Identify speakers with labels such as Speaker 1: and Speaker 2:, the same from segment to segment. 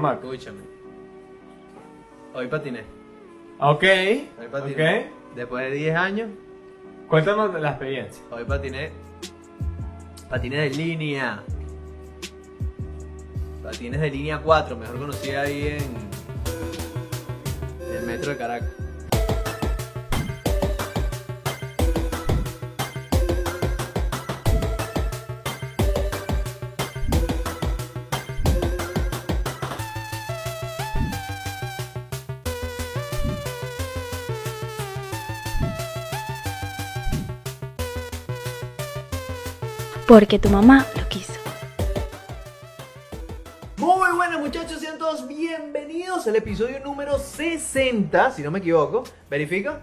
Speaker 1: Mac.
Speaker 2: Escúchame. Hoy patiné.
Speaker 1: Ok.
Speaker 2: Hoy patiné.
Speaker 1: Ok.
Speaker 2: Después de 10 años,
Speaker 1: Cuéntanos la experiencia.
Speaker 2: hoy patiné. Patines de línea. Patines de línea 4, mejor conocida ahí en. en el metro de Caracas.
Speaker 3: porque tu mamá lo quiso.
Speaker 2: Muy buenas muchachos, sean todos bienvenidos al episodio número 60, si no me equivoco. Verifica.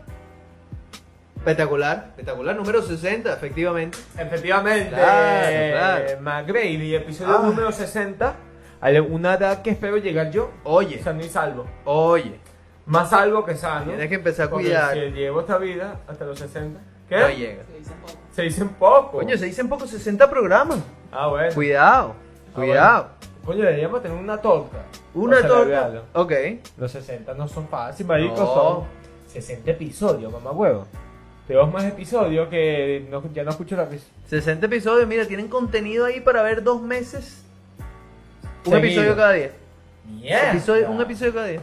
Speaker 2: Espectacular, espectacular, número 60, efectivamente.
Speaker 1: Efectivamente.
Speaker 2: Claro, claro.
Speaker 1: McGrady, episodio
Speaker 2: Ah.
Speaker 1: número 60. A la- una edad que espero llegar yo.
Speaker 2: Oye,
Speaker 1: Sano y salvo.
Speaker 2: oye,
Speaker 1: Más salvo que sano.
Speaker 2: tienes que empezar a
Speaker 1: Porque
Speaker 2: cuidar.
Speaker 1: Si llevo esta vida hasta los 60. ¿Qué?
Speaker 2: No llega.
Speaker 1: Se dicen poco.
Speaker 2: Coño, se dicen poco 60 programas.
Speaker 1: Ah, bueno.
Speaker 2: Cuidado,
Speaker 1: Ah,
Speaker 2: cuidado.
Speaker 1: Coño, deberíamos tener una torta.
Speaker 2: Una
Speaker 1: Para
Speaker 2: torta.
Speaker 1: celebrarlo.
Speaker 2: Ok.
Speaker 1: Los 60 no son fáciles, marico.
Speaker 2: No.
Speaker 1: Son 60 episodios, mamá huevo. Tenemos más episodios que no- ya no escucho la risa.
Speaker 2: 60 episodios, mira, tienen contenido ahí para ver dos meses. Un
Speaker 1: Seguido.
Speaker 2: episodio cada día.
Speaker 1: Mierda.
Speaker 2: Episodio- un episodio cada día.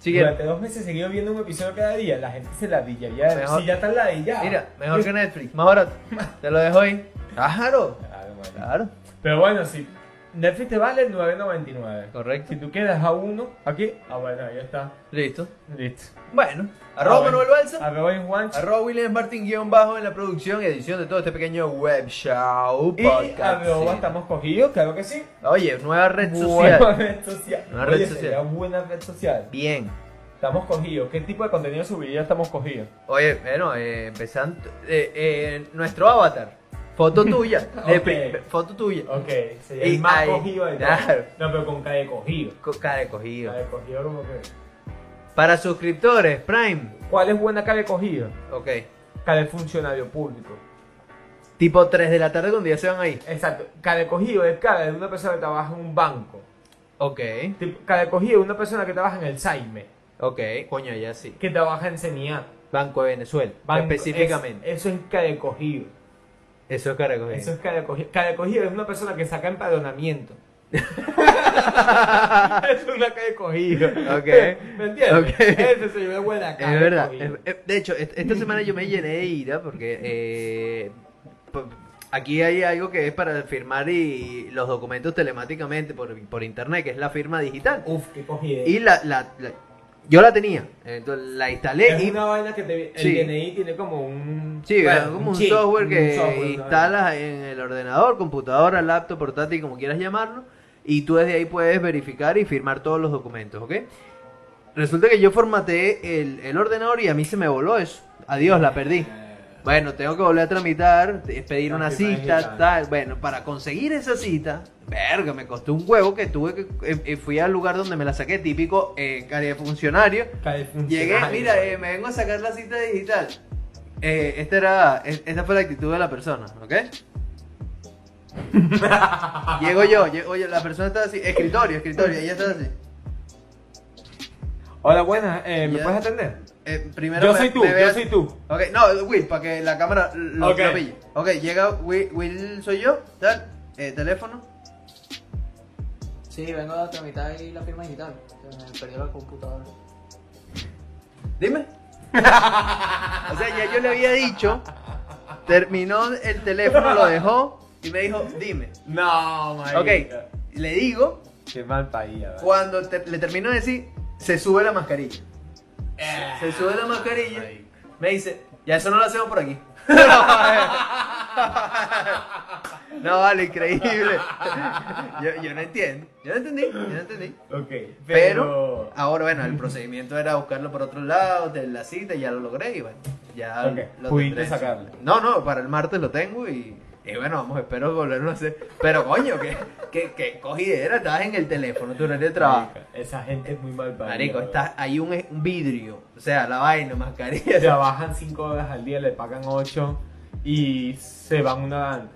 Speaker 2: Siguiente.
Speaker 1: Durante dos meses seguido viendo un episodio cada día, la gente se ladilla ya.
Speaker 2: Mejor-
Speaker 1: Si ya está ladillada.
Speaker 2: Mira, mejor que Netflix, más barato. Te lo dejo ahí. Claro.
Speaker 1: Claro, marico.
Speaker 2: Claro.
Speaker 1: Pero bueno, si Netflix te vale 9.99.
Speaker 2: Correcto.
Speaker 1: Si tú quedas a uno, aquí. Ah, bueno, ahí está.
Speaker 2: Listo.
Speaker 1: Listo.
Speaker 2: Bueno, arroba
Speaker 1: bueno. Ah.
Speaker 2: Manuel Balsa.
Speaker 1: Arroba en Juan.
Speaker 2: Arroba William Martín guión bajo en la producción y edición de todo este pequeño web show.
Speaker 1: Y ah,
Speaker 2: podcast.
Speaker 1: arroba estamos cogidos, claro que sí.
Speaker 2: Oye, nueva red social.
Speaker 1: Buena red social.
Speaker 2: Una red
Speaker 1: Oye,
Speaker 2: social.
Speaker 1: sería buena red social.
Speaker 2: Bien.
Speaker 1: Estamos cogidos. ¿Qué tipo de contenido subiría estamos cogidos?
Speaker 2: Oye, bueno, eh, empezando. eh, eh, nuestro avatar. Foto tuya. de pri-
Speaker 1: Ok.
Speaker 2: Foto tuya.
Speaker 1: Ok, sería
Speaker 2: Y
Speaker 1: el más
Speaker 2: ahí,
Speaker 1: cogido de todos.
Speaker 2: claro.
Speaker 1: No, pero con K de cogido.
Speaker 2: Co- Cara de
Speaker 1: K
Speaker 2: cogido.
Speaker 1: de cogido como que...
Speaker 2: Para suscriptores, Prime.
Speaker 1: ¿Cuál es buena K de cogido?
Speaker 2: Ok.
Speaker 1: K de funcionario público.
Speaker 2: Tipo 3 de la tarde cuando ya se van ahí.
Speaker 1: Exacto. K de cogido es K de una persona que trabaja en un banco.
Speaker 2: Ok.
Speaker 1: Tipo, K de cogido es una persona que trabaja en el Saime.
Speaker 2: Ok. Coño, ya sí.
Speaker 1: Que trabaja en CNIA.
Speaker 2: Banco de Venezuela.
Speaker 1: Banco-
Speaker 2: específicamente.
Speaker 1: es- eso es K de cogido.
Speaker 2: eso es cara de cogido.
Speaker 1: Eso es K de cogido. K de cogido es una persona que saca empadronamiento. es una K de cogido.
Speaker 2: Ok.
Speaker 1: ¿Me entiendes?
Speaker 2: Ok.
Speaker 1: Ese se llama buena K
Speaker 2: Es
Speaker 1: de
Speaker 2: verdad.
Speaker 1: cogido.
Speaker 2: es- es- de hecho, est- esta semana yo me llené de ira porque eh, p- aquí hay algo que es para firmar y los documentos telemáticamente por, por internet, que es la firma digital.
Speaker 1: Uf, qué cogido.
Speaker 2: Y la, la- la- yo la tenía, entonces la instalé
Speaker 1: Es
Speaker 2: y
Speaker 1: una vaina que te, el
Speaker 2: Sí.
Speaker 1: DNI tiene como un...
Speaker 2: sí,
Speaker 1: bueno,
Speaker 2: es como un
Speaker 1: chip,
Speaker 2: software
Speaker 1: un
Speaker 2: que
Speaker 1: software, una vaina.
Speaker 2: instalas en el ordenador, computadora, laptop, portátil, como quieras llamarlo, y tú desde ahí puedes verificar y firmar todos los documentos, ¿ok? Resulta que yo formateé el, el ordenador y a mí se me voló eso. Adiós, la perdí.
Speaker 1: Eh,
Speaker 2: Bueno, tengo que volver a tramitar, eh, pedir
Speaker 1: La
Speaker 2: una
Speaker 1: firma
Speaker 2: cita,
Speaker 1: digital.
Speaker 2: tal. Bueno, para conseguir esa cita, verga, me costó un huevo que tuve que. eh, eh, fui al lugar donde me la saqué, típico, eh, cara de funcionario.
Speaker 1: Cae
Speaker 2: Llegué,
Speaker 1: funcionario.
Speaker 2: mira, eh, me vengo a sacar la cita digital. Eh, esta era, es- esta fue la actitud de la persona, ¿ok? llego yo, llego yo, la persona está así, escritorio, escritorio, ella está así.
Speaker 1: Hola, buenas, eh, ¿me
Speaker 2: Ya.
Speaker 1: puedes atender?
Speaker 2: Eh, primero
Speaker 1: Yo
Speaker 2: me-
Speaker 1: soy tú,
Speaker 2: me ve
Speaker 1: yo
Speaker 2: así.
Speaker 1: soy tú.
Speaker 2: Ok, no, Will, para que la cámara lo,
Speaker 1: Ok.
Speaker 2: lo pille. Ok, llega Will, Will soy yo, tal, eh, teléfono.
Speaker 4: Sí, vengo a tramitar ahí la firma digital. Se me perdió la computadora.
Speaker 2: Dime. o sea, ya yo le había dicho, terminó el teléfono, lo dejó y me dijo, dime.
Speaker 1: No, marica.
Speaker 2: Ok, le digo,
Speaker 1: Qué mal país, ¿verdad?
Speaker 2: cuando te- le termino de decir, se sube la mascarilla.
Speaker 1: Eh,
Speaker 2: Se sube la mascarilla, me dice, ya eso no lo hacemos por aquí. no, vale, increíble. Yo, yo no entiendo, yo no entendí, yo no entendí.
Speaker 1: Ok,
Speaker 2: Pero ahora, bueno, el procedimiento era buscarlo por otro lado, de la cita, y ya lo logré y bueno, ya
Speaker 1: Ok,
Speaker 2: lo
Speaker 1: pudiste
Speaker 2: tendré.
Speaker 1: sacarlo.
Speaker 2: No, no, para el martes lo tengo y, y bueno, vamos, espero volverlo a hacer. Pero coño, que qué, qué cogidera, estabas en el teléfono, tu horario de trabajo.
Speaker 1: Marica, Esa gente es muy mal país.
Speaker 2: Marico,
Speaker 1: ¿verdad?
Speaker 2: está, hay un, eh, un vidrio, o sea, la vaina, mascarilla.
Speaker 1: Trabajan 5 horas al día, le pagan 8 y se van una banda.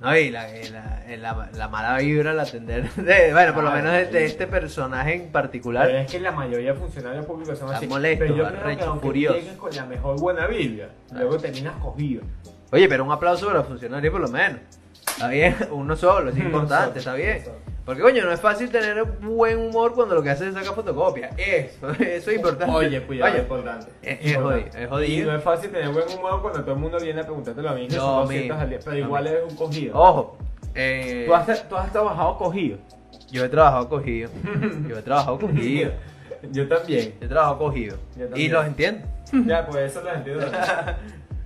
Speaker 2: No, y la, y la, y la- la mala vibra, la tender. de- bueno, por lo
Speaker 1: Ah,
Speaker 2: menos de, de
Speaker 1: sí.
Speaker 2: este personaje en
Speaker 1: Pero
Speaker 2: particular.
Speaker 1: es que la mayoría de funcionarios públicos son
Speaker 2: Están
Speaker 1: así.
Speaker 2: molestos,
Speaker 1: pero yo creo que
Speaker 2: arrechos,
Speaker 1: aunque
Speaker 2: furiosos.
Speaker 1: lleguen con la mejor buena Biblia,
Speaker 2: Ah.
Speaker 1: luego terminas cogido.
Speaker 2: Oye, pero un aplauso para los funcionarios, por lo menos. Está bien, uno solo, es
Speaker 1: Uno
Speaker 2: importante,
Speaker 1: solo,
Speaker 2: está bien.
Speaker 1: uno solo.
Speaker 2: Porque, coño, no es fácil tener buen humor cuando lo que haces es sacar fotocopias. Eso, eso es importante.
Speaker 1: Oye, cuidado,
Speaker 2: Oye, Eh,
Speaker 1: es importante.
Speaker 2: es- es jodido, es jodido.
Speaker 1: Y no es fácil tener buen humor cuando todo el mundo viene a preguntarte lo mismo.
Speaker 2: No,
Speaker 1: son
Speaker 2: mi-
Speaker 1: 200 al día, pero
Speaker 2: no,
Speaker 1: igual
Speaker 2: mi-
Speaker 1: eres un cogido.
Speaker 2: Ojo, eh,
Speaker 1: ¿Tú, has, tú has trabajado cogido.
Speaker 2: yo he trabajado cogido. Yo he trabajado cogido.
Speaker 1: Yo también.
Speaker 2: Yo he trabajado cogido.
Speaker 1: Yo
Speaker 2: Y
Speaker 1: también.
Speaker 2: los entiendo.
Speaker 1: Ya, pues eso lo entiendo.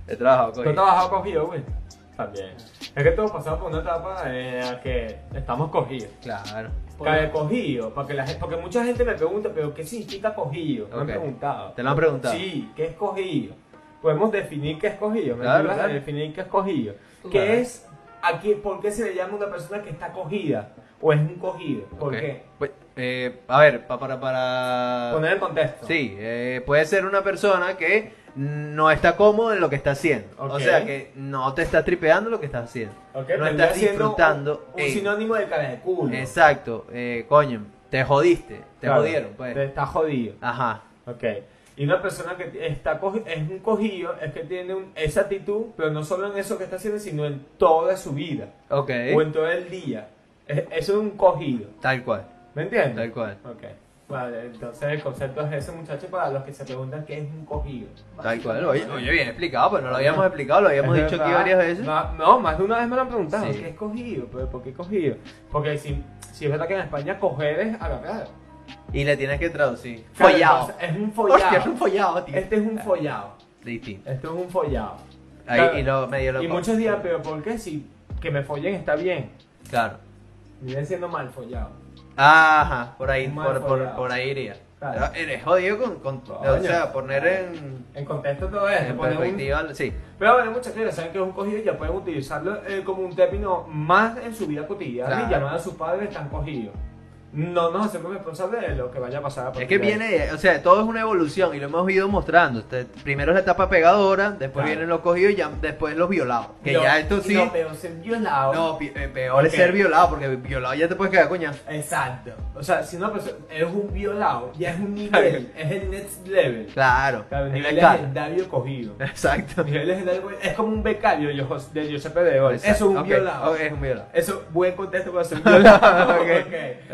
Speaker 2: He trabajado
Speaker 1: ¿Tú has
Speaker 2: cogido.
Speaker 1: trabajado cogido, güey? También. Es que todos pasamos por una etapa en la que estamos cogidos.
Speaker 2: Claro.
Speaker 1: Cabe cogido, porque, la, gente- porque mucha gente me pregunta, pero ¿qué significa cogido? Me han
Speaker 2: Ok.
Speaker 1: preguntado.
Speaker 2: ¿Te lo han preguntado?
Speaker 1: Sí, ¿qué es cogido? Podemos definir qué es cogido, me
Speaker 2: Claro,
Speaker 1: ayudas a
Speaker 2: claro.
Speaker 1: definir qué es cogido. ¿Qué
Speaker 2: Claro.
Speaker 1: es, a qué- por qué se le llama a una persona que está cogida? ¿O es un cogido? ¿Por
Speaker 2: Ok.
Speaker 1: qué?
Speaker 2: Pues, eh, a ver, pa- para... para...
Speaker 1: Poner en contexto.
Speaker 2: Sí, eh, puede ser una persona que no está cómodo en lo que está haciendo. O
Speaker 1: Ok.
Speaker 2: sea, que no te está tripeando lo que está haciendo.
Speaker 1: Ok,
Speaker 2: no
Speaker 1: vendría
Speaker 2: estás
Speaker 1: siendo
Speaker 2: disfrutando.
Speaker 1: Un, un
Speaker 2: Ey,
Speaker 1: sinónimo de cara de culo.
Speaker 2: Exacto, eh, coño, te jodiste, te
Speaker 1: Claro,
Speaker 2: jodieron, pues.
Speaker 1: Te está jodido.
Speaker 2: Ajá.
Speaker 1: Ok. Y una persona que está cogi- es un cogido, es que tiene un- esa actitud, pero no solo en eso que está haciendo, sino en toda su vida.
Speaker 2: Ok.
Speaker 1: O en todo el día. Es- Eso es un cogido.
Speaker 2: Tal cual.
Speaker 1: ¿Me entiendes?
Speaker 2: Tal cual.
Speaker 1: Ok. Vale, entonces el concepto es ese, muchacho, para los que se preguntan qué es un cogido.
Speaker 2: Tal cual. Oye, oye, bien explicado, pues no lo habíamos explicado, lo habíamos
Speaker 1: Es
Speaker 2: dicho aquí
Speaker 1: verdad.
Speaker 2: varias veces.
Speaker 1: No, no, más de una vez me lo han preguntado.
Speaker 2: Sí.
Speaker 1: ¿Qué es cogido? ¿Pero ¿Por qué cogido? Porque si, si es verdad que en España coger es agarrar.
Speaker 2: Y le tienes que traducir.
Speaker 1: Claro,
Speaker 2: follado.
Speaker 1: entonces, Es un follado.
Speaker 2: Hostia, es un follado, tío.
Speaker 1: Este es un follado.
Speaker 2: Distinto.
Speaker 1: Esto es un follado.
Speaker 2: Ahí,
Speaker 1: Claro.
Speaker 2: y lo medio lo
Speaker 1: Y muchos días, pero ¿por qué si que me follen está bien?
Speaker 2: Claro.
Speaker 1: Viene siendo mal follado.
Speaker 2: Ajá, por ahí,
Speaker 1: Un mal
Speaker 2: por, por,
Speaker 1: follado.
Speaker 2: por ahí iría.
Speaker 1: Claro.
Speaker 2: Pero Eres jodido con, con o
Speaker 1: Coño.
Speaker 2: sea, poner en,
Speaker 1: En contexto todo esto.
Speaker 2: en
Speaker 1: pone un-
Speaker 2: perspectiva, sí.
Speaker 1: Pero bueno, muchas gracias. Saben que es un cogido y ya pueden utilizarlo eh, como un término más en su vida cotidiana
Speaker 2: Claro.
Speaker 1: y llamar a sus padres tan cogidos. No nos hacemos responsables de lo que vaya a pasar. a
Speaker 2: Es
Speaker 1: partir
Speaker 2: que
Speaker 1: de ahí.
Speaker 2: viene, de- o sea, todo es una evolución y lo hemos ido mostrando. Este, primero es la etapa pegadora, después
Speaker 1: Claro.
Speaker 2: vienen los cogidos y ya, después los violados. Que
Speaker 1: Lo-
Speaker 2: ya esto
Speaker 1: y
Speaker 2: sí.
Speaker 1: Lo peor ser violado.
Speaker 2: No, pi- eh, peor es
Speaker 1: Ok.
Speaker 2: ser violado, porque violado ya te puedes quedar coña.
Speaker 1: Exacto. O sea, si una persona es un violado, ya es un nivel, es el next level.
Speaker 2: Claro.
Speaker 1: Claro,
Speaker 2: en
Speaker 1: el
Speaker 2: la
Speaker 1: nivel
Speaker 2: escala.
Speaker 1: legendario cogido.
Speaker 2: Exacto.
Speaker 1: Nivel legendario cogido. Es como un becario de Jos- de Giuseppe de Gol. Eso es un
Speaker 2: Ok,
Speaker 1: violado.
Speaker 2: ok, es un violado.
Speaker 1: Eso, buen contexto para ser un violado.
Speaker 2: ok,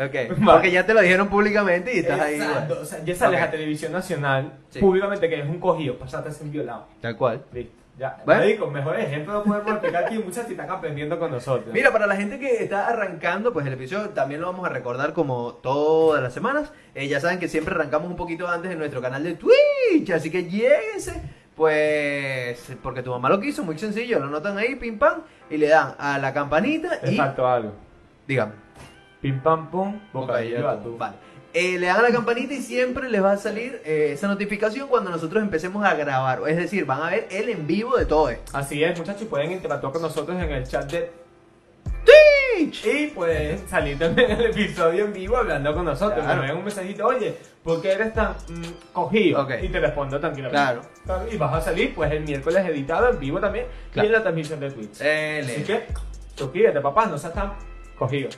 Speaker 2: ok.
Speaker 1: Vale.
Speaker 2: Porque ya te lo dijeron públicamente y estás ahí.
Speaker 1: Exacto.
Speaker 2: bueno.
Speaker 1: O sea, ya sales
Speaker 2: Ok.
Speaker 1: a televisión nacional
Speaker 2: Sí.
Speaker 1: públicamente que eres un cogido, pasaste a ser violado.
Speaker 2: Tal cual.
Speaker 1: Listo. Ya.
Speaker 2: Bueno.
Speaker 1: Marico, mejor ejemplo no podemos explicar aquí. Muchas están aprendiendo con nosotros.
Speaker 2: Mira, para la gente que está arrancando, pues el episodio también lo vamos a recordar como todas las semanas. Eh, ya saben que siempre arrancamos un poquito antes en nuestro canal de Twitch, así que lléguense. Pues, porque tu mamá lo quiso, muy sencillo, lo notan ahí, pim pam, y le dan a la campanita y.
Speaker 1: Exacto, algo.
Speaker 2: Dígame.
Speaker 1: Pim pam pum, bocadillo de atún.
Speaker 2: Vale. Eh, le dan a la campanita y siempre les va a salir eh, esa notificación cuando nosotros empecemos a grabar. Es decir, van a ver el en vivo de todo esto.
Speaker 1: Así es, muchachos, pueden interactuar con nosotros en el chat de
Speaker 2: ¡Twitch!
Speaker 1: Y pueden salir también en el episodio en vivo hablando con nosotros.
Speaker 2: Claro.
Speaker 1: Nos envían un mensajito, oye, ¿por qué eres tan mm, cogido?
Speaker 2: Ok.
Speaker 1: Y te respondo tranquilamente. Claro. Y vas a salir pues el miércoles editado en vivo también
Speaker 2: Claro.
Speaker 1: y en la transmisión de Twitch.
Speaker 2: Ele.
Speaker 1: Así que, suscríbete, papá, no seas tan cogido.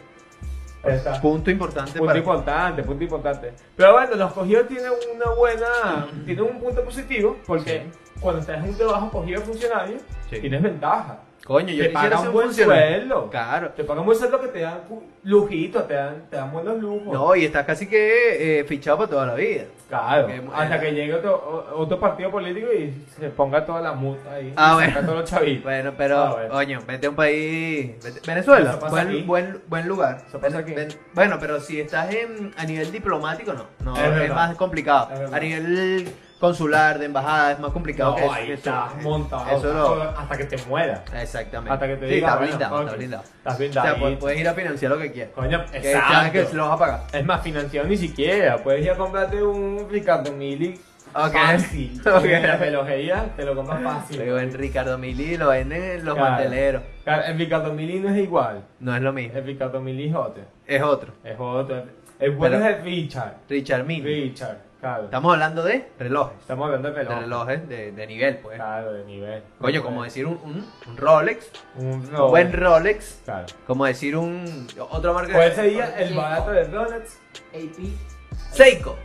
Speaker 1: Ahí está.
Speaker 2: Punto importante
Speaker 1: Punto
Speaker 2: para-
Speaker 1: importante, punto importante. Pero bueno, los cogidos tienen una buena, tienen un punto positivo porque cuando estás en un trabajo cogido de funcionario,
Speaker 2: Sí.
Speaker 1: tienes ventaja.
Speaker 2: Coño, yo
Speaker 1: Te
Speaker 2: quisiera
Speaker 1: pagan
Speaker 2: ser un
Speaker 1: buen
Speaker 2: funcionario.
Speaker 1: sueldo.
Speaker 2: Claro.
Speaker 1: Te pagan buen sueldo que te dan cu- lujitos, te dan, te dan buenos lujos.
Speaker 2: No, y estás casi que eh, fichado para toda la vida.
Speaker 1: Claro,
Speaker 2: Que-
Speaker 1: hasta que llegue otro, o- otro partido político y se ponga toda la multa ahí.
Speaker 2: Ah,
Speaker 1: y
Speaker 2: bueno.
Speaker 1: saca todos los chavitos.
Speaker 2: Bueno, pero,
Speaker 1: Ah, bueno.
Speaker 2: coño, vete a un país. vete- Venezuela,
Speaker 1: Eso pasa aquí.
Speaker 2: buen, buen, buen lugar.
Speaker 1: Eso pasa aquí.
Speaker 2: bueno, pero si estás en, a nivel diplomático, no. no
Speaker 1: Es
Speaker 2: es,
Speaker 1: verdad.
Speaker 2: más complicado.
Speaker 1: Es verdad.
Speaker 2: a nivel consular, de embajada, es más complicado
Speaker 1: No,
Speaker 2: que
Speaker 1: ahí
Speaker 2: que
Speaker 1: estás
Speaker 2: eso. Eh,
Speaker 1: montado.
Speaker 2: Eso no.
Speaker 1: Hasta que te muera.
Speaker 2: Exactamente.
Speaker 1: Hasta que te
Speaker 2: sí,
Speaker 1: diga,
Speaker 2: está
Speaker 1: bueno,
Speaker 2: blindado,
Speaker 1: coño,
Speaker 2: está blindado.
Speaker 1: Estás
Speaker 2: O sea, pues,
Speaker 1: blindado.
Speaker 2: pu- puedes ir a financiar lo que quieras.
Speaker 1: Coño,
Speaker 2: Que sabes que
Speaker 1: exacto.
Speaker 2: lo vas a pagar.
Speaker 1: Es más, financiado ni siquiera. Puedes ir a comprarte un Ricardo Mili
Speaker 2: Ok.
Speaker 1: fácil.
Speaker 2: Ok.
Speaker 1: En la pelojería te lo compras fácil.
Speaker 2: Luego en Ricardo Mili lo venden los
Speaker 1: Claro.
Speaker 2: manteleros.
Speaker 1: Claro, el Ricardo Mili no es igual.
Speaker 2: No es lo mismo.
Speaker 1: El Ricardo Mili es otro.
Speaker 2: Es otro.
Speaker 1: Es otro. El bueno
Speaker 2: Pero-
Speaker 1: es el Richard.
Speaker 2: Richard Mini.
Speaker 1: Richard. Claro.
Speaker 2: Estamos hablando de relojes.
Speaker 1: Estamos hablando de
Speaker 2: De
Speaker 1: reloj.
Speaker 2: relojes de, de nivel, pues.
Speaker 1: Claro, de nivel.
Speaker 2: Coño, como decir un, un- un Rolex,
Speaker 1: Un
Speaker 2: un buen
Speaker 1: Rolex.
Speaker 2: Rolex,
Speaker 1: Claro.
Speaker 2: como decir un. otra marca
Speaker 1: ¿Cuál
Speaker 2: de.
Speaker 1: sería el barato de Rolex?
Speaker 4: AP.
Speaker 2: Seiko.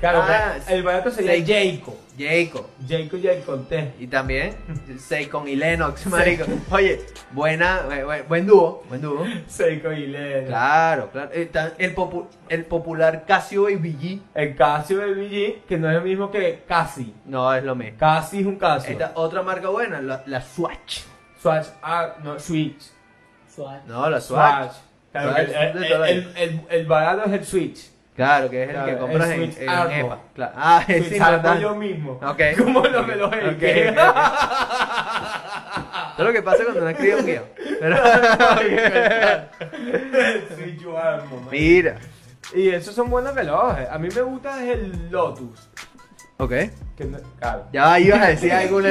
Speaker 1: Claro,
Speaker 2: Ah,
Speaker 1: pero el barato sería Jayco.
Speaker 2: Jayco.
Speaker 1: Jayco y el Conté.
Speaker 2: Y también Seiko y Lennox, marico. Oye, buena, eh, buen- buen dúo, buen dúo.
Speaker 1: Seiko y Leno.
Speaker 2: Claro, claro. Eh, ta- El, popu- el popular Casio y BG
Speaker 1: El Casio de BG, que no es lo mismo que Casi.
Speaker 2: no es lo mismo.
Speaker 1: Casi es un Casio.
Speaker 2: Esta otra marca buena, la, la Swatch.
Speaker 1: Swatch, ah, no, Switch.
Speaker 4: Suave.
Speaker 2: No, la Swatch.
Speaker 1: Swatch. Claro,
Speaker 2: Swatch,
Speaker 1: que el,
Speaker 2: de
Speaker 1: el,
Speaker 2: toda la
Speaker 1: el, el- el barato es el Switch.
Speaker 2: Claro, que es el
Speaker 1: Claro,
Speaker 2: que compras
Speaker 1: el
Speaker 2: en,
Speaker 1: Switch
Speaker 2: en
Speaker 1: Argo.
Speaker 2: EPA. Claro. Ah, es
Speaker 1: Switch
Speaker 2: sin
Speaker 1: hago
Speaker 2: verdad.
Speaker 1: yo mismo.
Speaker 2: Ok.
Speaker 1: Como lo me lo
Speaker 2: Ok,
Speaker 1: he
Speaker 2: ok, ok. Eso es lo que pasa cuando no escribe un guión. Pero-
Speaker 1: Sí, yo amo, man.
Speaker 2: Mira.
Speaker 1: Y esos son buenos relojes. A mí me gusta es el Lotus.
Speaker 2: Ok.
Speaker 1: Que no- claro.
Speaker 2: Ya ibas a decir alguna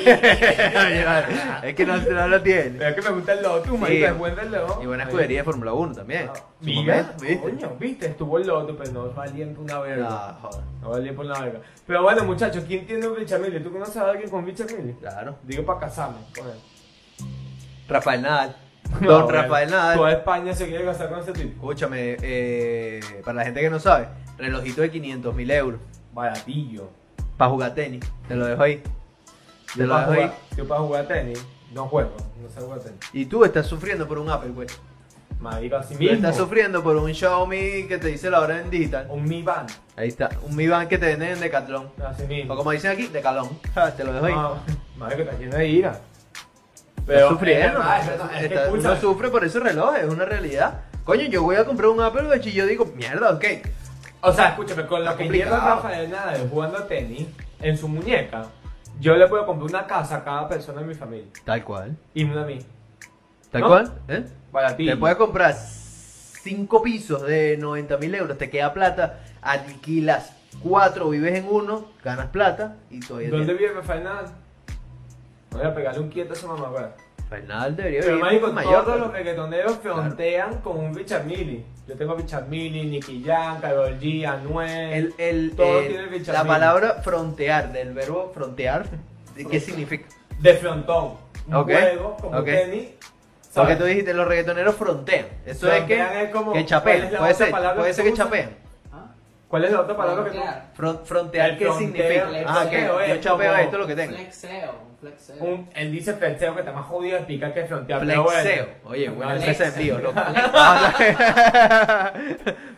Speaker 2: Oye, vale, es que no, no lo tiene.
Speaker 1: Pero es que me gusta el Lotus,
Speaker 2: Sí.
Speaker 1: marico, es buen reloj.
Speaker 2: Y buena escudería de Fórmula 1 también. Su
Speaker 1: Ah, Mira,
Speaker 2: momento, ¿viste?
Speaker 1: coño, viste, estuvo el Lotus, pero no valía por una verga.
Speaker 2: No, joder.
Speaker 1: No valía por una verga. Pero bueno, muchachos, ¿quién tiene un bichamilio? ¿Tú conoces a alguien con bichamilio?
Speaker 2: Claro.
Speaker 1: Digo para casarme con él.
Speaker 2: Rafael Nadal.
Speaker 1: No,
Speaker 2: Don
Speaker 1: bueno,
Speaker 2: Rafael Nadal.
Speaker 1: Toda España se quiere casar con ese tipo.
Speaker 2: Escúchame, eh, para la gente que no sabe, relojito de 500 mil euros
Speaker 1: Baratillo.
Speaker 2: para jugar tenis. Te lo dejo ahí. Te
Speaker 1: Yo
Speaker 2: lo
Speaker 1: para
Speaker 2: dejo ahí.
Speaker 1: jugar, yo para jugar tenis, no juego, no sé jugar tenis.
Speaker 2: Y tú estás sufriendo por un Apple, güey.
Speaker 1: Marico, así
Speaker 2: Tú
Speaker 1: mismo.
Speaker 2: estás sufriendo por un Xiaomi que te dice la hora en digital.
Speaker 1: Un Mi Band,
Speaker 2: Ahí está, un Mi Band que te venden en Decathlon.
Speaker 1: así mismo.
Speaker 2: O como dicen aquí, Decalón. Ah, Te lo dejo ahí.
Speaker 1: No, Marico, está lleno de ira.
Speaker 2: Pero
Speaker 1: sufriendo,
Speaker 2: sufriendo.
Speaker 1: eh, ¿no? Es verdad, es que escucha.
Speaker 2: uno sufre por ese reloj, es una realidad. Coño, yo voy a comprar un Apple Watch y yo digo, mierda, ok.
Speaker 1: O sea, escúchame, con lo
Speaker 2: Está
Speaker 1: que
Speaker 2: complicado.
Speaker 1: lleva Rafael Nadal jugando tenis en su muñeca, yo le puedo comprar una casa a cada persona de mi familia.
Speaker 2: Tal cual.
Speaker 1: Y una a mí.
Speaker 2: Tal
Speaker 1: ¿No?
Speaker 2: cual, ¿eh?
Speaker 1: Para ti.
Speaker 2: Te puedes comprar cinco pisos de 90 mil euros, te queda plata, alquilas cuatro, vives en uno, ganas plata y todavía
Speaker 1: ¿Dónde
Speaker 2: tienes-
Speaker 1: vive Rafael Nadal? Voy a pegarle un quieto a esa mamá, güey.
Speaker 2: Fernal debería
Speaker 1: Pero
Speaker 2: vivir
Speaker 1: marico,
Speaker 2: en Mallorca.
Speaker 1: todos los reggaetoneros frontean con un Bichamili. Yo tengo Bichamili, Nicky Jam, Karol G, Anuel.
Speaker 2: El- el-
Speaker 1: todo
Speaker 2: el-
Speaker 1: tiene el bichamil.
Speaker 2: la palabra frontear, del verbo frontear, ¿de ¿qué significa?
Speaker 1: De frontón. Un
Speaker 2: Ok,
Speaker 1: juego como
Speaker 2: ok.
Speaker 1: tenis.
Speaker 2: Porque
Speaker 1: ¿sabes?
Speaker 2: tú dijiste, los reggaetoneros frontean. Eso es
Speaker 1: Frontean
Speaker 2: que,
Speaker 1: es como-
Speaker 2: que
Speaker 1: ¿cuál
Speaker 2: chapean.
Speaker 1: es la
Speaker 2: Puede
Speaker 1: otra
Speaker 2: ser,
Speaker 1: palabra
Speaker 2: puede
Speaker 1: que
Speaker 2: ser
Speaker 1: tú
Speaker 2: que
Speaker 1: usas?
Speaker 2: chapean.
Speaker 4: ¿Ah?
Speaker 1: ¿Cuál es la otra palabra que tú
Speaker 4: Bloquear.
Speaker 2: Fron- frontear,
Speaker 1: El
Speaker 2: ¿qué
Speaker 1: fronteo,
Speaker 2: significa?
Speaker 4: el
Speaker 2: Ah, que
Speaker 4: flexeo
Speaker 2: yo
Speaker 1: es
Speaker 2: chapeo
Speaker 1: como-
Speaker 2: esto lo que tengo.
Speaker 4: Flexeo. un Flexeo.
Speaker 1: Un- él dice flexeo que está más jodido explica que frontear. pero bueno.
Speaker 2: Flexeo. Oye, bueno,
Speaker 4: No,
Speaker 2: ese es
Speaker 4: flex.
Speaker 2: envío, loco.
Speaker 4: Flex.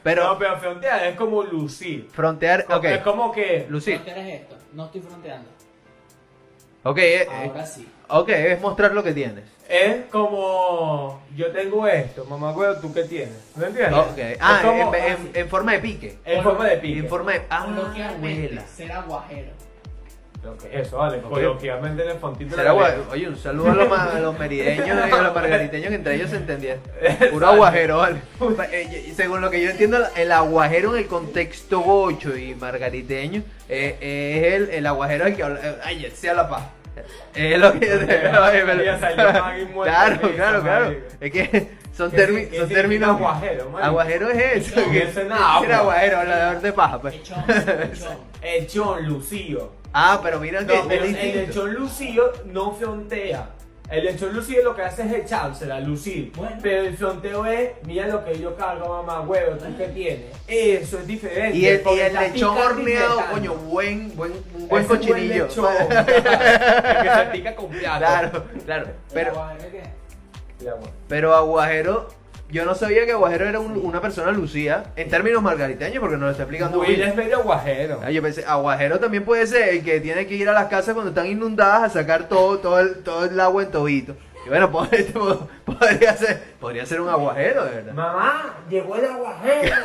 Speaker 2: Pero
Speaker 1: No, pero frontear es como lucir.
Speaker 2: frontear, ok.
Speaker 1: Es como que.
Speaker 2: Lucir,
Speaker 4: ¿No quieres esto? No estoy fronteando.
Speaker 1: Ah,
Speaker 2: ok, eh, eh,
Speaker 4: Ahora sí.
Speaker 2: ok, es mostrar lo que tienes.
Speaker 1: Es como. Yo tengo esto, mamá, güey, ¿tú qué tienes? ¿No entiendes?
Speaker 2: Ok. Ah,
Speaker 1: es como,
Speaker 2: en, en- en forma de pique.
Speaker 1: en forma de pique.
Speaker 2: En forma de. Ah,
Speaker 4: Coloquialmente,
Speaker 2: abuela.
Speaker 4: ser aguajero.
Speaker 1: Lo que- Eso, vale.
Speaker 2: Ok.
Speaker 1: Coloquialmente en el fontito. de
Speaker 2: Será
Speaker 1: la
Speaker 2: guay.
Speaker 1: letra.
Speaker 2: Oye, un saludo a los, ma- a los merideños y a los margariteños que entre ellos se entendían. Puro aguajero, ¿vale? Eh, y- y Según lo que yo entiendo, el aguajero en el contexto gocho y margariteño eh, es el, el aguajero el que habla. eh, Ay, sea la paz. Es lo que yo
Speaker 1: Porque ya salió Maggie muerta
Speaker 2: Claro,
Speaker 1: de
Speaker 2: claro,
Speaker 1: risa,
Speaker 2: claro.
Speaker 1: marico.
Speaker 2: Es que son,
Speaker 1: ¿Qué
Speaker 2: termi-
Speaker 1: sig- qué significa
Speaker 2: son términos.
Speaker 1: aguajero, marico?
Speaker 2: Aguajero es eso.
Speaker 1: No, pues.
Speaker 2: que-
Speaker 1: eso es nada,
Speaker 2: que
Speaker 1: agua.
Speaker 2: era aguajero, hablador de paja. pues.
Speaker 4: Echón, echón.
Speaker 1: Hechón, lucío.
Speaker 2: Ah, pero mira que
Speaker 1: No,
Speaker 2: es
Speaker 1: pero el
Speaker 2: distinto.
Speaker 1: lechón lucido no frontea. El lechón lucido lo que hace es echársela, lucir.
Speaker 4: Bueno.
Speaker 1: Pero el fronteo es, mira lo que yo cargo, mamá, huevo, ¿tú qué tienes? Eso es diferente.
Speaker 2: Y el, y
Speaker 1: porque
Speaker 2: el
Speaker 1: está
Speaker 2: lechón
Speaker 1: picante y
Speaker 2: horneado,
Speaker 1: retando.
Speaker 2: coño, buen, buen, un
Speaker 1: Ese
Speaker 2: buen
Speaker 1: es buen
Speaker 2: cochinillo.
Speaker 1: lechón, el que se pica con plato.
Speaker 2: claro, claro.
Speaker 4: ¿El
Speaker 2: Pero,
Speaker 4: aguajero qué?
Speaker 1: Mira, bueno.
Speaker 2: pero Aguajero, yo no sabía que Aguajero era un- una persona lucía, en términos margariteños, porque nos lo está explicando
Speaker 1: Will
Speaker 2: Will.
Speaker 1: es medio aguajero.
Speaker 2: Ah, Yo pensé, aguajero también puede ser el que tiene que ir a las casas cuando están inundadas a sacar todo, todo, el, todo el agua en tobito. Y bueno, pod- este pod- podría ser, podría ser un aguajero, de verdad.
Speaker 1: Mamá, llegó el aguajero.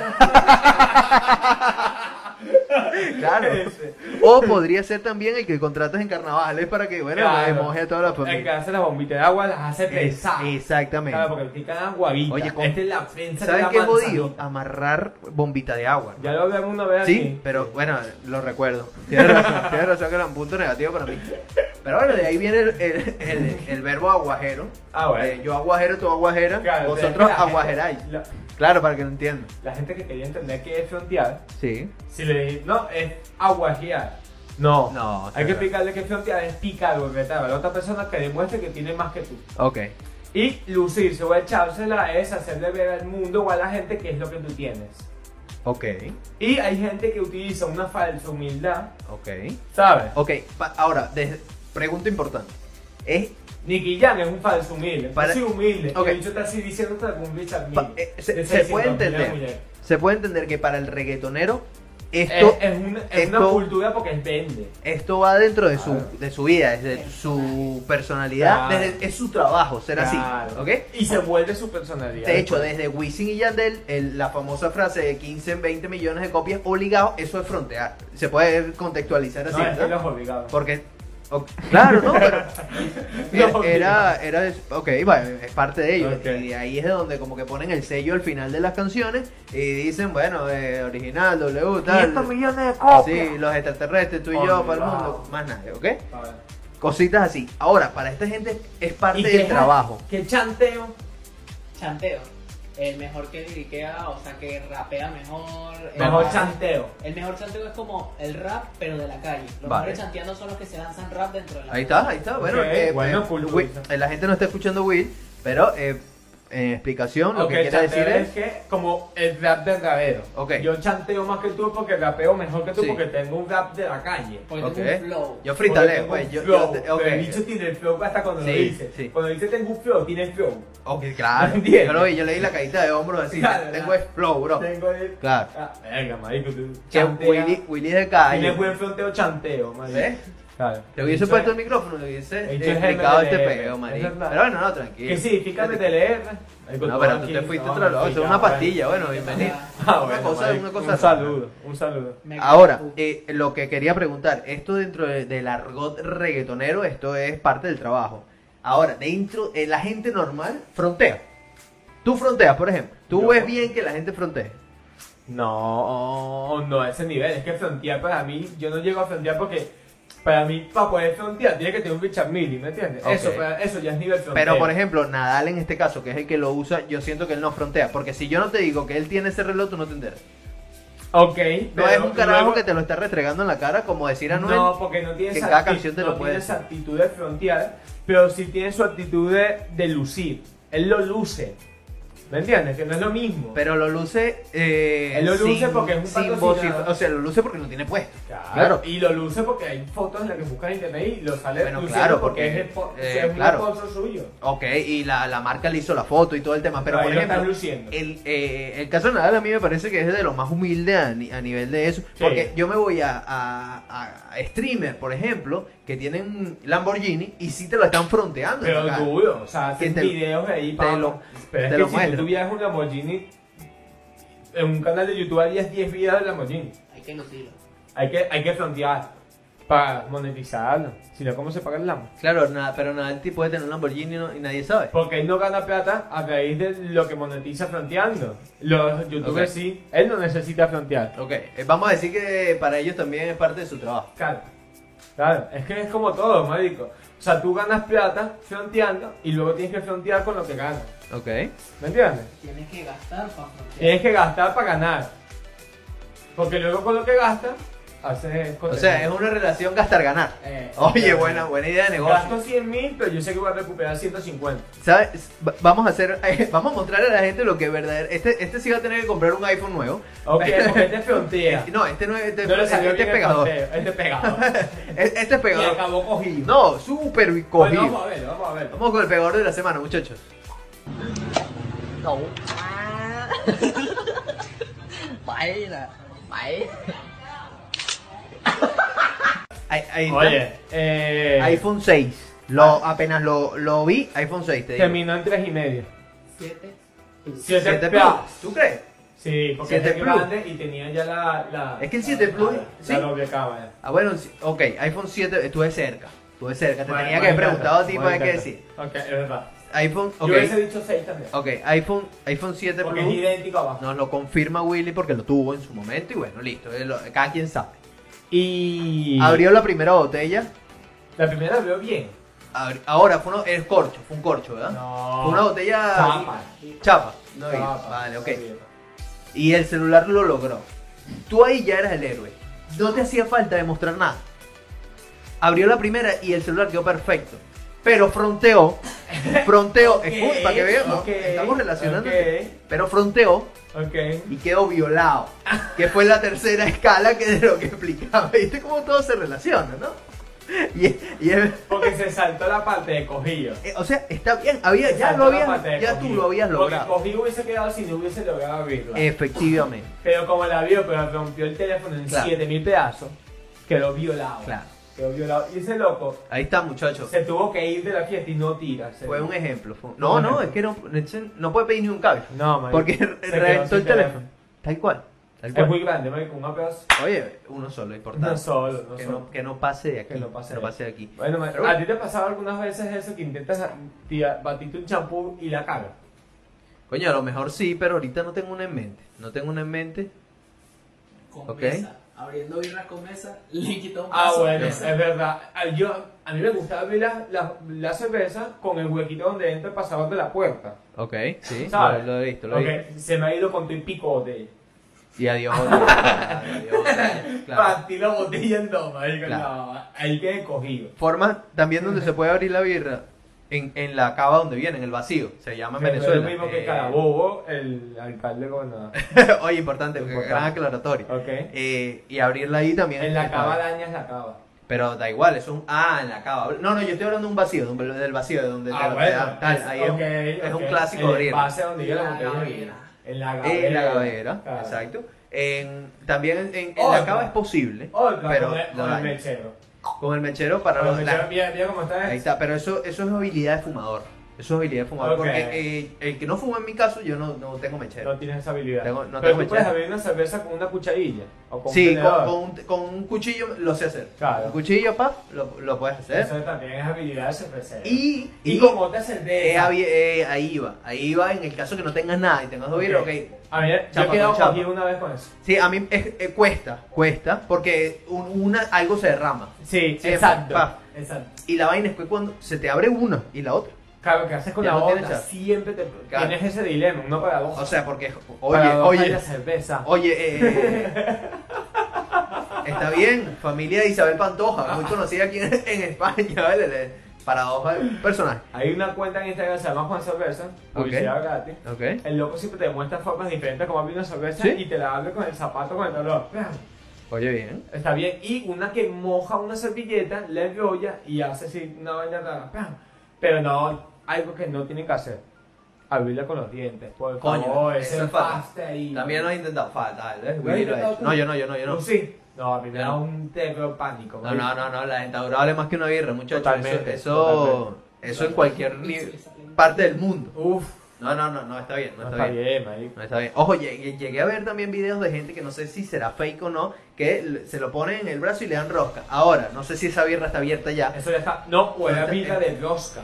Speaker 2: Claro.
Speaker 1: Ese.
Speaker 2: O podría ser también el que contratas en carnavales para que, bueno,
Speaker 1: Claro.
Speaker 2: moje a toda la
Speaker 1: El que
Speaker 2: familia.
Speaker 1: hace las bombitas de agua las hace
Speaker 2: Es-
Speaker 1: pesar.
Speaker 2: exactamente.
Speaker 1: Claro, porque pican aguavita.
Speaker 2: Oye, con-
Speaker 1: esta es la prensa
Speaker 2: ¿Saben qué
Speaker 1: es
Speaker 2: jodido? Amarrar bombita de agua.
Speaker 1: Ya lo hablamos una vez
Speaker 2: Sí,
Speaker 1: aquí.
Speaker 2: pero bueno, lo recuerdo. Tienes razón, tienes razón que era un punto negativo para mí. Pero bueno, de ahí viene el, el- el- el verbo aguajero.
Speaker 1: Ah, bueno.
Speaker 2: Eh, yo aguajero, tú aguajera,
Speaker 1: Claro,
Speaker 2: vosotros
Speaker 1: la gente-
Speaker 2: aguajeráis.
Speaker 1: La,
Speaker 2: Claro, para que lo entiendan.
Speaker 1: la gente que quería entender que es frontear,
Speaker 2: Sí.
Speaker 1: si le dije, no, es aguajear. No,
Speaker 2: No,
Speaker 1: hay
Speaker 2: es
Speaker 1: que
Speaker 2: verdad.
Speaker 1: explicarle que frontear es picar, golpetar a la otra persona que demuestre que tiene más que tú.
Speaker 2: Ok.
Speaker 1: Y lucirse o echársela es hacerle ver al mundo o a la gente qué es lo que tú tienes.
Speaker 2: Ok.
Speaker 1: Y hay gente que utiliza una falsa humildad,
Speaker 2: Ok.
Speaker 1: ¿sabes?
Speaker 2: Ok. pa- ahora, desde- pregunta importante. Es,
Speaker 1: Nicky Jam es un falso humilde,
Speaker 2: Para-
Speaker 1: es humilde.
Speaker 2: Ok.
Speaker 1: El bicho está así diciendo que un bicho al
Speaker 2: pa-
Speaker 1: mil,
Speaker 2: eh, se,
Speaker 1: de
Speaker 2: se puede
Speaker 1: 600.000 la
Speaker 2: entender.
Speaker 1: mujer.
Speaker 2: Se puede entender que para el reggaetonero esto...
Speaker 1: Es, es una, es una
Speaker 2: esto-
Speaker 1: cultura porque es vende.
Speaker 2: Esto va dentro de su,
Speaker 1: Claro.
Speaker 2: de su vida, desde su personalidad,
Speaker 1: Claro.
Speaker 2: desde- es su trabajo ser así,
Speaker 1: Claro.
Speaker 2: ¿ok?
Speaker 1: Y se vuelve su personalidad.
Speaker 2: De hecho, desde Wisin y Yandel, el- la famosa frase de 15 en 20 millones de copias obligado, eso es frontear. Se puede contextualizar así,
Speaker 1: no, es que
Speaker 2: ¿no?
Speaker 1: los obligados.
Speaker 2: Porque... o- claro, no, pero
Speaker 1: Los
Speaker 2: era, era, es- ok, bueno, es parte de ellos.
Speaker 1: Ok.
Speaker 2: Y de ahí es donde como que ponen el sello al final de las canciones y dicen, bueno, eh, original, W, tal.
Speaker 1: millones de
Speaker 2: Sí, los extraterrestres, tú y yo, para el mundo, más nadie, ¿ok?
Speaker 1: A ver.
Speaker 2: Cositas así. Ahora, para esta gente es parte
Speaker 1: ¿Y
Speaker 2: del
Speaker 1: qué-
Speaker 2: trabajo.
Speaker 1: ¿Qué chanteo?
Speaker 4: Chanteo. El mejor que liriquea, o sea, que rapea mejor. el
Speaker 1: Mejor
Speaker 4: más-
Speaker 1: chanteo.
Speaker 4: El mejor chanteo es como el rap, pero de la calle. Los
Speaker 2: Vale.
Speaker 4: mejores chanteando son los que se lanzan rap dentro de la
Speaker 2: Ahí
Speaker 4: calle.
Speaker 2: está, ahí está. Bueno,
Speaker 1: Ok,
Speaker 2: eh,
Speaker 1: bueno,
Speaker 2: eh,
Speaker 1: cultura.
Speaker 2: Will- eh, la gente no está escuchando Will, pero eh, en explicación lo
Speaker 1: Ok,
Speaker 2: que quiere decir
Speaker 1: chanteo
Speaker 2: es...
Speaker 1: que como el rap verdadero.
Speaker 2: Ok.
Speaker 1: Yo chanteo más que tú porque rapeo mejor que tú
Speaker 2: Sí.
Speaker 1: porque tengo un rap de la calle.
Speaker 4: Porque
Speaker 2: Ok.
Speaker 4: tengo un flow.
Speaker 2: Yo
Speaker 1: Porque
Speaker 2: fritaleo,
Speaker 1: tengo
Speaker 2: pues.
Speaker 1: un
Speaker 2: Yo,
Speaker 1: flow,
Speaker 2: yo te-
Speaker 1: pero el
Speaker 2: ok.
Speaker 1: bicho tiene el flow hasta cuando lo
Speaker 2: Sí,
Speaker 1: dice.
Speaker 2: sí.
Speaker 1: Cuando dice tengo un flow, tiene flow.
Speaker 2: Ok, claro.
Speaker 1: ¿Entiendes?
Speaker 2: Yo lo vi, yo leí la caída de hombros así.
Speaker 1: Claro,
Speaker 2: tengo
Speaker 1: claro.
Speaker 2: es flow, bro.
Speaker 1: Tengo el...
Speaker 2: Claro.
Speaker 1: Ah, venga, marico, tú
Speaker 2: Che,
Speaker 1: chantea,
Speaker 2: Willy, Willy es de calle.
Speaker 1: Tienes buen fronteo chanteo, marico.
Speaker 2: ¿Ves?
Speaker 1: Claro.
Speaker 2: Te hubiese
Speaker 1: Eso
Speaker 2: puesto
Speaker 1: es-
Speaker 2: el micrófono, le hubiese
Speaker 1: El bicho es
Speaker 2: explicado este
Speaker 1: MDLR,
Speaker 2: peo,
Speaker 1: es
Speaker 2: marico.
Speaker 1: verdad.
Speaker 2: Pero bueno, no, tranquilo.
Speaker 1: Que sí, fíjate de leer. Marico,
Speaker 2: No,
Speaker 1: tú
Speaker 2: pero tú
Speaker 1: aquí,
Speaker 2: te fuiste
Speaker 1: no,
Speaker 2: otra
Speaker 1: sí,
Speaker 2: loca. Eso es
Speaker 1: ya,
Speaker 2: una
Speaker 1: bueno.
Speaker 2: pastilla, bueno, bienvenido.
Speaker 1: Ah,
Speaker 2: Una
Speaker 1: bueno,
Speaker 2: cosa-
Speaker 1: marico,
Speaker 2: una cosa
Speaker 1: un
Speaker 2: rara.
Speaker 1: saludo, un saludo.
Speaker 4: Me-
Speaker 2: Ahora,
Speaker 4: Uh,
Speaker 2: eh, lo que quería preguntar, esto dentro de- del argot reggaetonero, esto es parte del trabajo. Ahora, dentro, eh, la gente normal frontea. Tú fronteas, por ejemplo. Tú
Speaker 1: Yo-
Speaker 2: ves bien que la gente frontea.
Speaker 1: No, no a ese nivel. Es que frontear para mí, yo no llego a frontear porque para mí, para poder frontear, tiene que tener un bichar mili, ¿me entiendes?
Speaker 2: Ok.
Speaker 1: Eso, para- eso ya es nivel fronteo.
Speaker 2: Pero, por ejemplo, Nadal en este caso, que es el que lo usa, yo siento que él no frontea. Porque si yo no te digo que él tiene ese reloj, tú no te enteras.
Speaker 1: ok.
Speaker 2: No
Speaker 1: pero
Speaker 2: es un carajo
Speaker 1: luego-
Speaker 2: que te lo está restregando en la cara, como decir a Noel.
Speaker 1: No, porque no tiene
Speaker 2: que
Speaker 1: esa
Speaker 2: cada
Speaker 1: acti-
Speaker 2: canción te
Speaker 1: no
Speaker 2: lo puede
Speaker 1: tiene
Speaker 2: decir.
Speaker 1: esa actitud de frontear, pero sí tiene su actitud de, de lucir. Él lo luce. ¿Me entiendes? Que no es lo mismo.
Speaker 2: Pero lo luce. eh,
Speaker 1: Él lo luce
Speaker 2: sin-
Speaker 1: porque es un
Speaker 2: sin
Speaker 1: patrocinador.
Speaker 2: vocif- O sea, lo luce porque no tiene puesto.
Speaker 1: Claro. Y lo luce porque hay fotos en las que buscas en internet y lo sale
Speaker 2: Bueno,
Speaker 1: luciendo
Speaker 2: claro,
Speaker 1: porque,
Speaker 2: porque-
Speaker 1: es, el po-
Speaker 2: eh,
Speaker 1: o sea, es un
Speaker 2: claro.
Speaker 1: sponsor suyo.
Speaker 2: Ok, y la, la marca le hizo la foto y todo el tema, pero
Speaker 1: Ahí
Speaker 2: por
Speaker 1: lo están
Speaker 2: ejemplo,
Speaker 1: luciendo.
Speaker 2: el, eh, el caso de Nadal a mí me parece que es de los más humildes a, ni- a nivel de eso,
Speaker 1: Sí.
Speaker 2: porque yo me voy a, a, a streamer, por ejemplo, que tienen Lamborghini y sí te lo están fronteando. en la
Speaker 1: Pero
Speaker 2: cara.
Speaker 1: duro, o sea, hacen
Speaker 2: Que te-
Speaker 1: videos ahí
Speaker 2: te
Speaker 1: pa-
Speaker 2: lo-
Speaker 1: Pero es
Speaker 2: te
Speaker 1: que
Speaker 2: lo
Speaker 1: si
Speaker 2: muestran.
Speaker 1: tú tuvieras un Lamborghini en un canal de YouTube harías 10 videos de Lamborghini.
Speaker 4: Hay que lucirlo.
Speaker 1: Hay que, hay que frontear para monetizarlo. Si no, ¿cómo se paga el Lambo?
Speaker 2: Claro, nada, pero Nadal te puede tener un Lamborghini y no- y nadie sabe.
Speaker 1: Porque él no gana plata a raíz de lo que monetiza fronteando. Los youtubers
Speaker 2: Ok.
Speaker 1: sí, él no necesita frontear.
Speaker 2: Ok, eh, vamos a decir que para ellos también es parte de su trabajo.
Speaker 1: Claro, claro, es que es como todo, marico. O sea, tú ganas plata fronteando y luego tienes que frontear con lo que ganas.
Speaker 2: Ok.
Speaker 1: ¿Me entiendes?
Speaker 4: Tienes que gastar para frontear.
Speaker 2: eh.
Speaker 1: Tienes que gastar para ganar. Porque luego con lo que gastas, haces
Speaker 2: O sea, es una relación gastar-ganar.
Speaker 1: Eh,
Speaker 2: Oye,
Speaker 1: claro.
Speaker 2: buena, buena idea de negocio.
Speaker 1: Gasto 100 mil, pero yo sé que voy a recuperar 150.
Speaker 2: ¿Sabes? Va- Vamos a hacer, vamos a mostrarle a la gente lo que es verdadero. Este, este sí va a tener que comprar un iPhone nuevo.
Speaker 1: Ok, porque este frontea.
Speaker 2: No, este no es, este,
Speaker 1: No le
Speaker 2: este
Speaker 1: salió
Speaker 2: es
Speaker 1: bien el
Speaker 2: pegador.
Speaker 1: fronteo, Este es pegador.
Speaker 2: Es- Este es
Speaker 1: Y
Speaker 2: pegador.
Speaker 1: acabó cogido.
Speaker 2: No, súper
Speaker 1: Bueno,
Speaker 2: cogido.
Speaker 1: vamos a verlo, vamos a verlo.
Speaker 2: Vamos con el pegador de la semana, muchachos.
Speaker 5: No. Baila, baila.
Speaker 2: Ahí, ahí está.
Speaker 1: Oye, Ah. eh,
Speaker 2: iPhone 6. Lo, apenas lo, lo vi, iPhone 6. Te digo.
Speaker 1: terminó en 3 y medio.
Speaker 4: Siete.
Speaker 1: 7
Speaker 2: 7
Speaker 1: Plus.
Speaker 2: Plus. ¿Tú crees?
Speaker 1: Sí, porque
Speaker 2: Siete
Speaker 1: es
Speaker 2: Plus.
Speaker 1: grande y tenía ya la. la
Speaker 2: Es que el
Speaker 1: la
Speaker 2: siete
Speaker 1: doble
Speaker 2: Plus,
Speaker 1: cámara,
Speaker 2: sí.
Speaker 1: La doble cámara.
Speaker 2: Ah, bueno, sí, ok, iPhone 7, estuve cerca. Estuve cerca. Te
Speaker 1: Bueno,
Speaker 2: tenía
Speaker 1: me
Speaker 2: que haber
Speaker 1: encanta,
Speaker 2: preguntado a ti
Speaker 1: me
Speaker 2: para qué
Speaker 1: encanta.
Speaker 2: decir.
Speaker 1: Ok, es verdad.
Speaker 2: iPhone, ok.
Speaker 1: Yo hubiese dicho 6 también.
Speaker 2: Ok, iPhone, iPhone 7
Speaker 1: Porque
Speaker 2: Plus.
Speaker 1: es idéntico abajo.
Speaker 2: Nos lo confirma Willy porque lo tuvo en su momento y bueno, listo, eh, lo- cada quien sabe.
Speaker 1: Y.
Speaker 2: Abrió la primera botella
Speaker 1: La primera la veo bien.
Speaker 2: A ver, Ahora, fue uno, es corcho, fue un corcho, ¿verdad?
Speaker 1: No.
Speaker 2: Fue ¿Ah? una botella.
Speaker 1: Chapa.
Speaker 2: Chapa. No,
Speaker 1: Chapa,
Speaker 2: había. vale, ok.
Speaker 1: no había.
Speaker 2: Y el celular lo logró. Tú ahí ya eras el héroe. No te hacía falta demostrar nada. Abrió la primera y el celular quedó perfecto. Pero fronteó. Fronteó. escucha, para que veamos.
Speaker 1: ok,
Speaker 2: estamos relacionando.
Speaker 1: ok.
Speaker 2: Pero fronteó
Speaker 1: Ok.
Speaker 2: y quedó violado. Que fue la tercera escala que de lo que explicaba. ¿Viste cómo todo se relaciona, no? Y, y es-
Speaker 1: Porque se saltó la parte de cogido.
Speaker 2: eh, o sea, está bien. Había,
Speaker 1: Se
Speaker 2: ya
Speaker 1: saltó
Speaker 2: lo
Speaker 1: la
Speaker 2: habías,
Speaker 1: parte de
Speaker 2: ya tú
Speaker 1: cogido.
Speaker 2: lo habías
Speaker 1: Porque
Speaker 2: logrado. Eh.
Speaker 1: cogido hubiese quedado si no hubiese logrado abrirla.
Speaker 2: Efectivamente.
Speaker 1: Pero como la vio, pero rompió el teléfono en
Speaker 2: Claro.
Speaker 1: 7000 pedazos, quedó violado.
Speaker 2: Claro.
Speaker 1: Quedó violado. Y ese loco
Speaker 2: Ahí está, muchachos.
Speaker 1: se tuvo que ir de la fiesta y no tira. se-
Speaker 2: Fue un ejemplo. fue un- No, no, es que no, no puede pedir ni un cable.
Speaker 1: No, marico.
Speaker 2: Porque
Speaker 1: Se quedó
Speaker 2: reventó el
Speaker 1: sin
Speaker 2: teléfono. Tal cual. Tal
Speaker 1: Es
Speaker 2: cual.
Speaker 1: muy grande, marico, un aplauso.
Speaker 2: Oye, uno solo, importante.
Speaker 1: No solo, no
Speaker 2: que,
Speaker 1: solo.
Speaker 2: No, que no pase de aquí.
Speaker 1: Que no pase de
Speaker 2: de aquí.
Speaker 1: Bueno, marico,
Speaker 2: Pero bueno.
Speaker 1: ¿a ti te ha pasado algunas veces eso que intentas tía, batirte un champú y la cagas?
Speaker 2: Coño, a lo mejor sí, pero ahorita no tengo una en mente. No tengo una en mente.
Speaker 4: Con
Speaker 2: Ok.
Speaker 4: mesa. Abriendo birra con mesa, le quitó un
Speaker 1: Ah,
Speaker 4: vaso.
Speaker 1: bueno, es
Speaker 2: Esa.
Speaker 1: verdad. Ah, Yo, a mí me gustaba abrir la, la, la cerveza con el huequito donde entra el pasador de la puerta.
Speaker 2: Ok, sí.
Speaker 1: ¿Sabes?
Speaker 2: Lo, lo he visto, lo he
Speaker 1: Ok,
Speaker 2: visto.
Speaker 1: Se me ha ido con tu y pico botella.
Speaker 2: Y adiós. botella, adiós, botella, claro.
Speaker 1: Partí Ah, la botella en dos, marico.
Speaker 2: Claro.
Speaker 1: No, ahí quedé cogido.
Speaker 2: Forma también donde se puede abrir la birra. En, en la cava donde viene, en el vacío. Se llama en
Speaker 1: Que no
Speaker 2: Venezuela.
Speaker 1: Es lo mismo
Speaker 2: Eh,
Speaker 1: que Carabobo, el alcalde gobernador.
Speaker 2: Oye, importante,
Speaker 1: Importante.
Speaker 2: gran aclaratorio.
Speaker 1: Ok.
Speaker 2: Eh, y abrirla ahí también.
Speaker 1: En la cava
Speaker 2: cámara
Speaker 1: dañas la cava.
Speaker 2: Pero da igual, es un. Ah, en la cava. No, no, yo estoy hablando de un vacío, de un- del vacío, de
Speaker 1: Ah,
Speaker 2: donde te- te- tal, ahí es un- es, un, clásico
Speaker 1: En el
Speaker 2: abrir.
Speaker 1: pase donde yo la
Speaker 4: En la
Speaker 1: botella
Speaker 4: gavera.
Speaker 1: llena. En la gavera.
Speaker 2: En la gavera,
Speaker 1: Claro.
Speaker 2: exacto. En- también en, en- en la
Speaker 1: Otra.
Speaker 2: cava es posible,
Speaker 1: Otra,
Speaker 2: pero
Speaker 1: con el,
Speaker 2: lo
Speaker 1: con el
Speaker 2: dañas.
Speaker 1: mechero.
Speaker 2: Con el mechero para
Speaker 1: Con el
Speaker 2: los. la-
Speaker 1: mechero, mira, mira cómo está.
Speaker 2: Ahí está, pero eso, eso es habilidad de fumador. Eso es habilidad de fumador.
Speaker 1: Ok.
Speaker 2: Porque eh, el que no fuma en mi caso, yo no, no tengo mechero.
Speaker 1: No tienes esa habilidad.
Speaker 2: Eh, Tengo- no
Speaker 1: pero
Speaker 2: tengo
Speaker 1: tú puedes
Speaker 2: mechero.
Speaker 1: abrir una cerveza con una cucharilla. O con un
Speaker 2: sí, con,
Speaker 1: tenedor.
Speaker 2: con un, con un cuchillo lo sé hacer.
Speaker 1: Claro.
Speaker 2: Un cuchillo, pap, lo, lo puedes hacer.
Speaker 1: Eso también es habilidad de cervecero.
Speaker 2: Y,
Speaker 1: y,
Speaker 2: y-
Speaker 1: con otra
Speaker 2: eh,
Speaker 1: cerveza.
Speaker 2: había- eh, ahí va, ahí va en el caso que no tengas nada y tengas dos birras,
Speaker 1: Ok.
Speaker 2: ok.
Speaker 1: A ver, yo
Speaker 2: Chapa
Speaker 1: he quedado
Speaker 2: con chapa.
Speaker 1: cogido una vez con eso.
Speaker 2: Sí, a mí es- eh, cuesta, cuesta, porque un- una, algo se derrama.
Speaker 1: Sí,
Speaker 2: Sí,
Speaker 1: exacto.
Speaker 2: pa.
Speaker 1: Exacto.
Speaker 2: Y la vaina es que cuando se te abre una y la otra.
Speaker 1: Claro, que haces con
Speaker 2: Ya
Speaker 1: la
Speaker 2: no tienes
Speaker 1: otra?
Speaker 2: chapa.
Speaker 1: Siempre te,
Speaker 2: Claro.
Speaker 1: tienes ese dilema, uno para dos.
Speaker 2: O sea, porque, oye,
Speaker 1: Para dos hay
Speaker 2: oye,
Speaker 1: la cerveza.
Speaker 2: oye, eh, está bien, familia de Isabel Pantoja, muy conocida aquí en, en España, ¿vale? Le- Paradoja de un personaje.
Speaker 1: Hay una cuenta en Instagram que se llama Juan Cerveza, publicidad gratis.
Speaker 2: Ok.
Speaker 1: El loco siempre te muestra formas diferentes como abrir una cerveza
Speaker 2: Sí.
Speaker 1: y te la abre con el zapato, con el dolor.
Speaker 2: Oye, bien.
Speaker 1: Está bien. Y una que moja una servilleta, la enrolla y hace así una vaina rara. ¡pam! Pero no, algo que no tienen que hacer. Abrirla con los dientes, por
Speaker 2: Coño,
Speaker 1: favor,
Speaker 2: eso
Speaker 1: ese
Speaker 2: es falta.
Speaker 1: paste ahí.
Speaker 2: También lo has intentado fatal, ¿eh?
Speaker 1: ¿Lo has
Speaker 2: Willy lo ha
Speaker 1: intentado
Speaker 2: hecho.
Speaker 1: tú?
Speaker 2: No, yo no, yo no, yo no.
Speaker 1: ¿Tú sí? No, a mí me da un terror pánico.
Speaker 2: No, no, no, no, la dentadura vale más que una birra, muchachos.
Speaker 1: Totalmente,
Speaker 2: eso, eso,
Speaker 1: totalmente.
Speaker 2: eso en cualquier nivel- parte del mundo.
Speaker 1: Uf,
Speaker 2: No, no, no, no está bien, no,
Speaker 1: no
Speaker 2: está, bien.
Speaker 1: marico.
Speaker 2: No está bien. Ojo, llegué, llegué a ver también videos de gente que no sé si será fake o no, que l- se lo ponen en el brazo y le dan rosca. Ahora, no sé si esa birra está abierta ya.
Speaker 1: Eso ya está. No, o era
Speaker 2: Está bien.
Speaker 1: birra de rosca.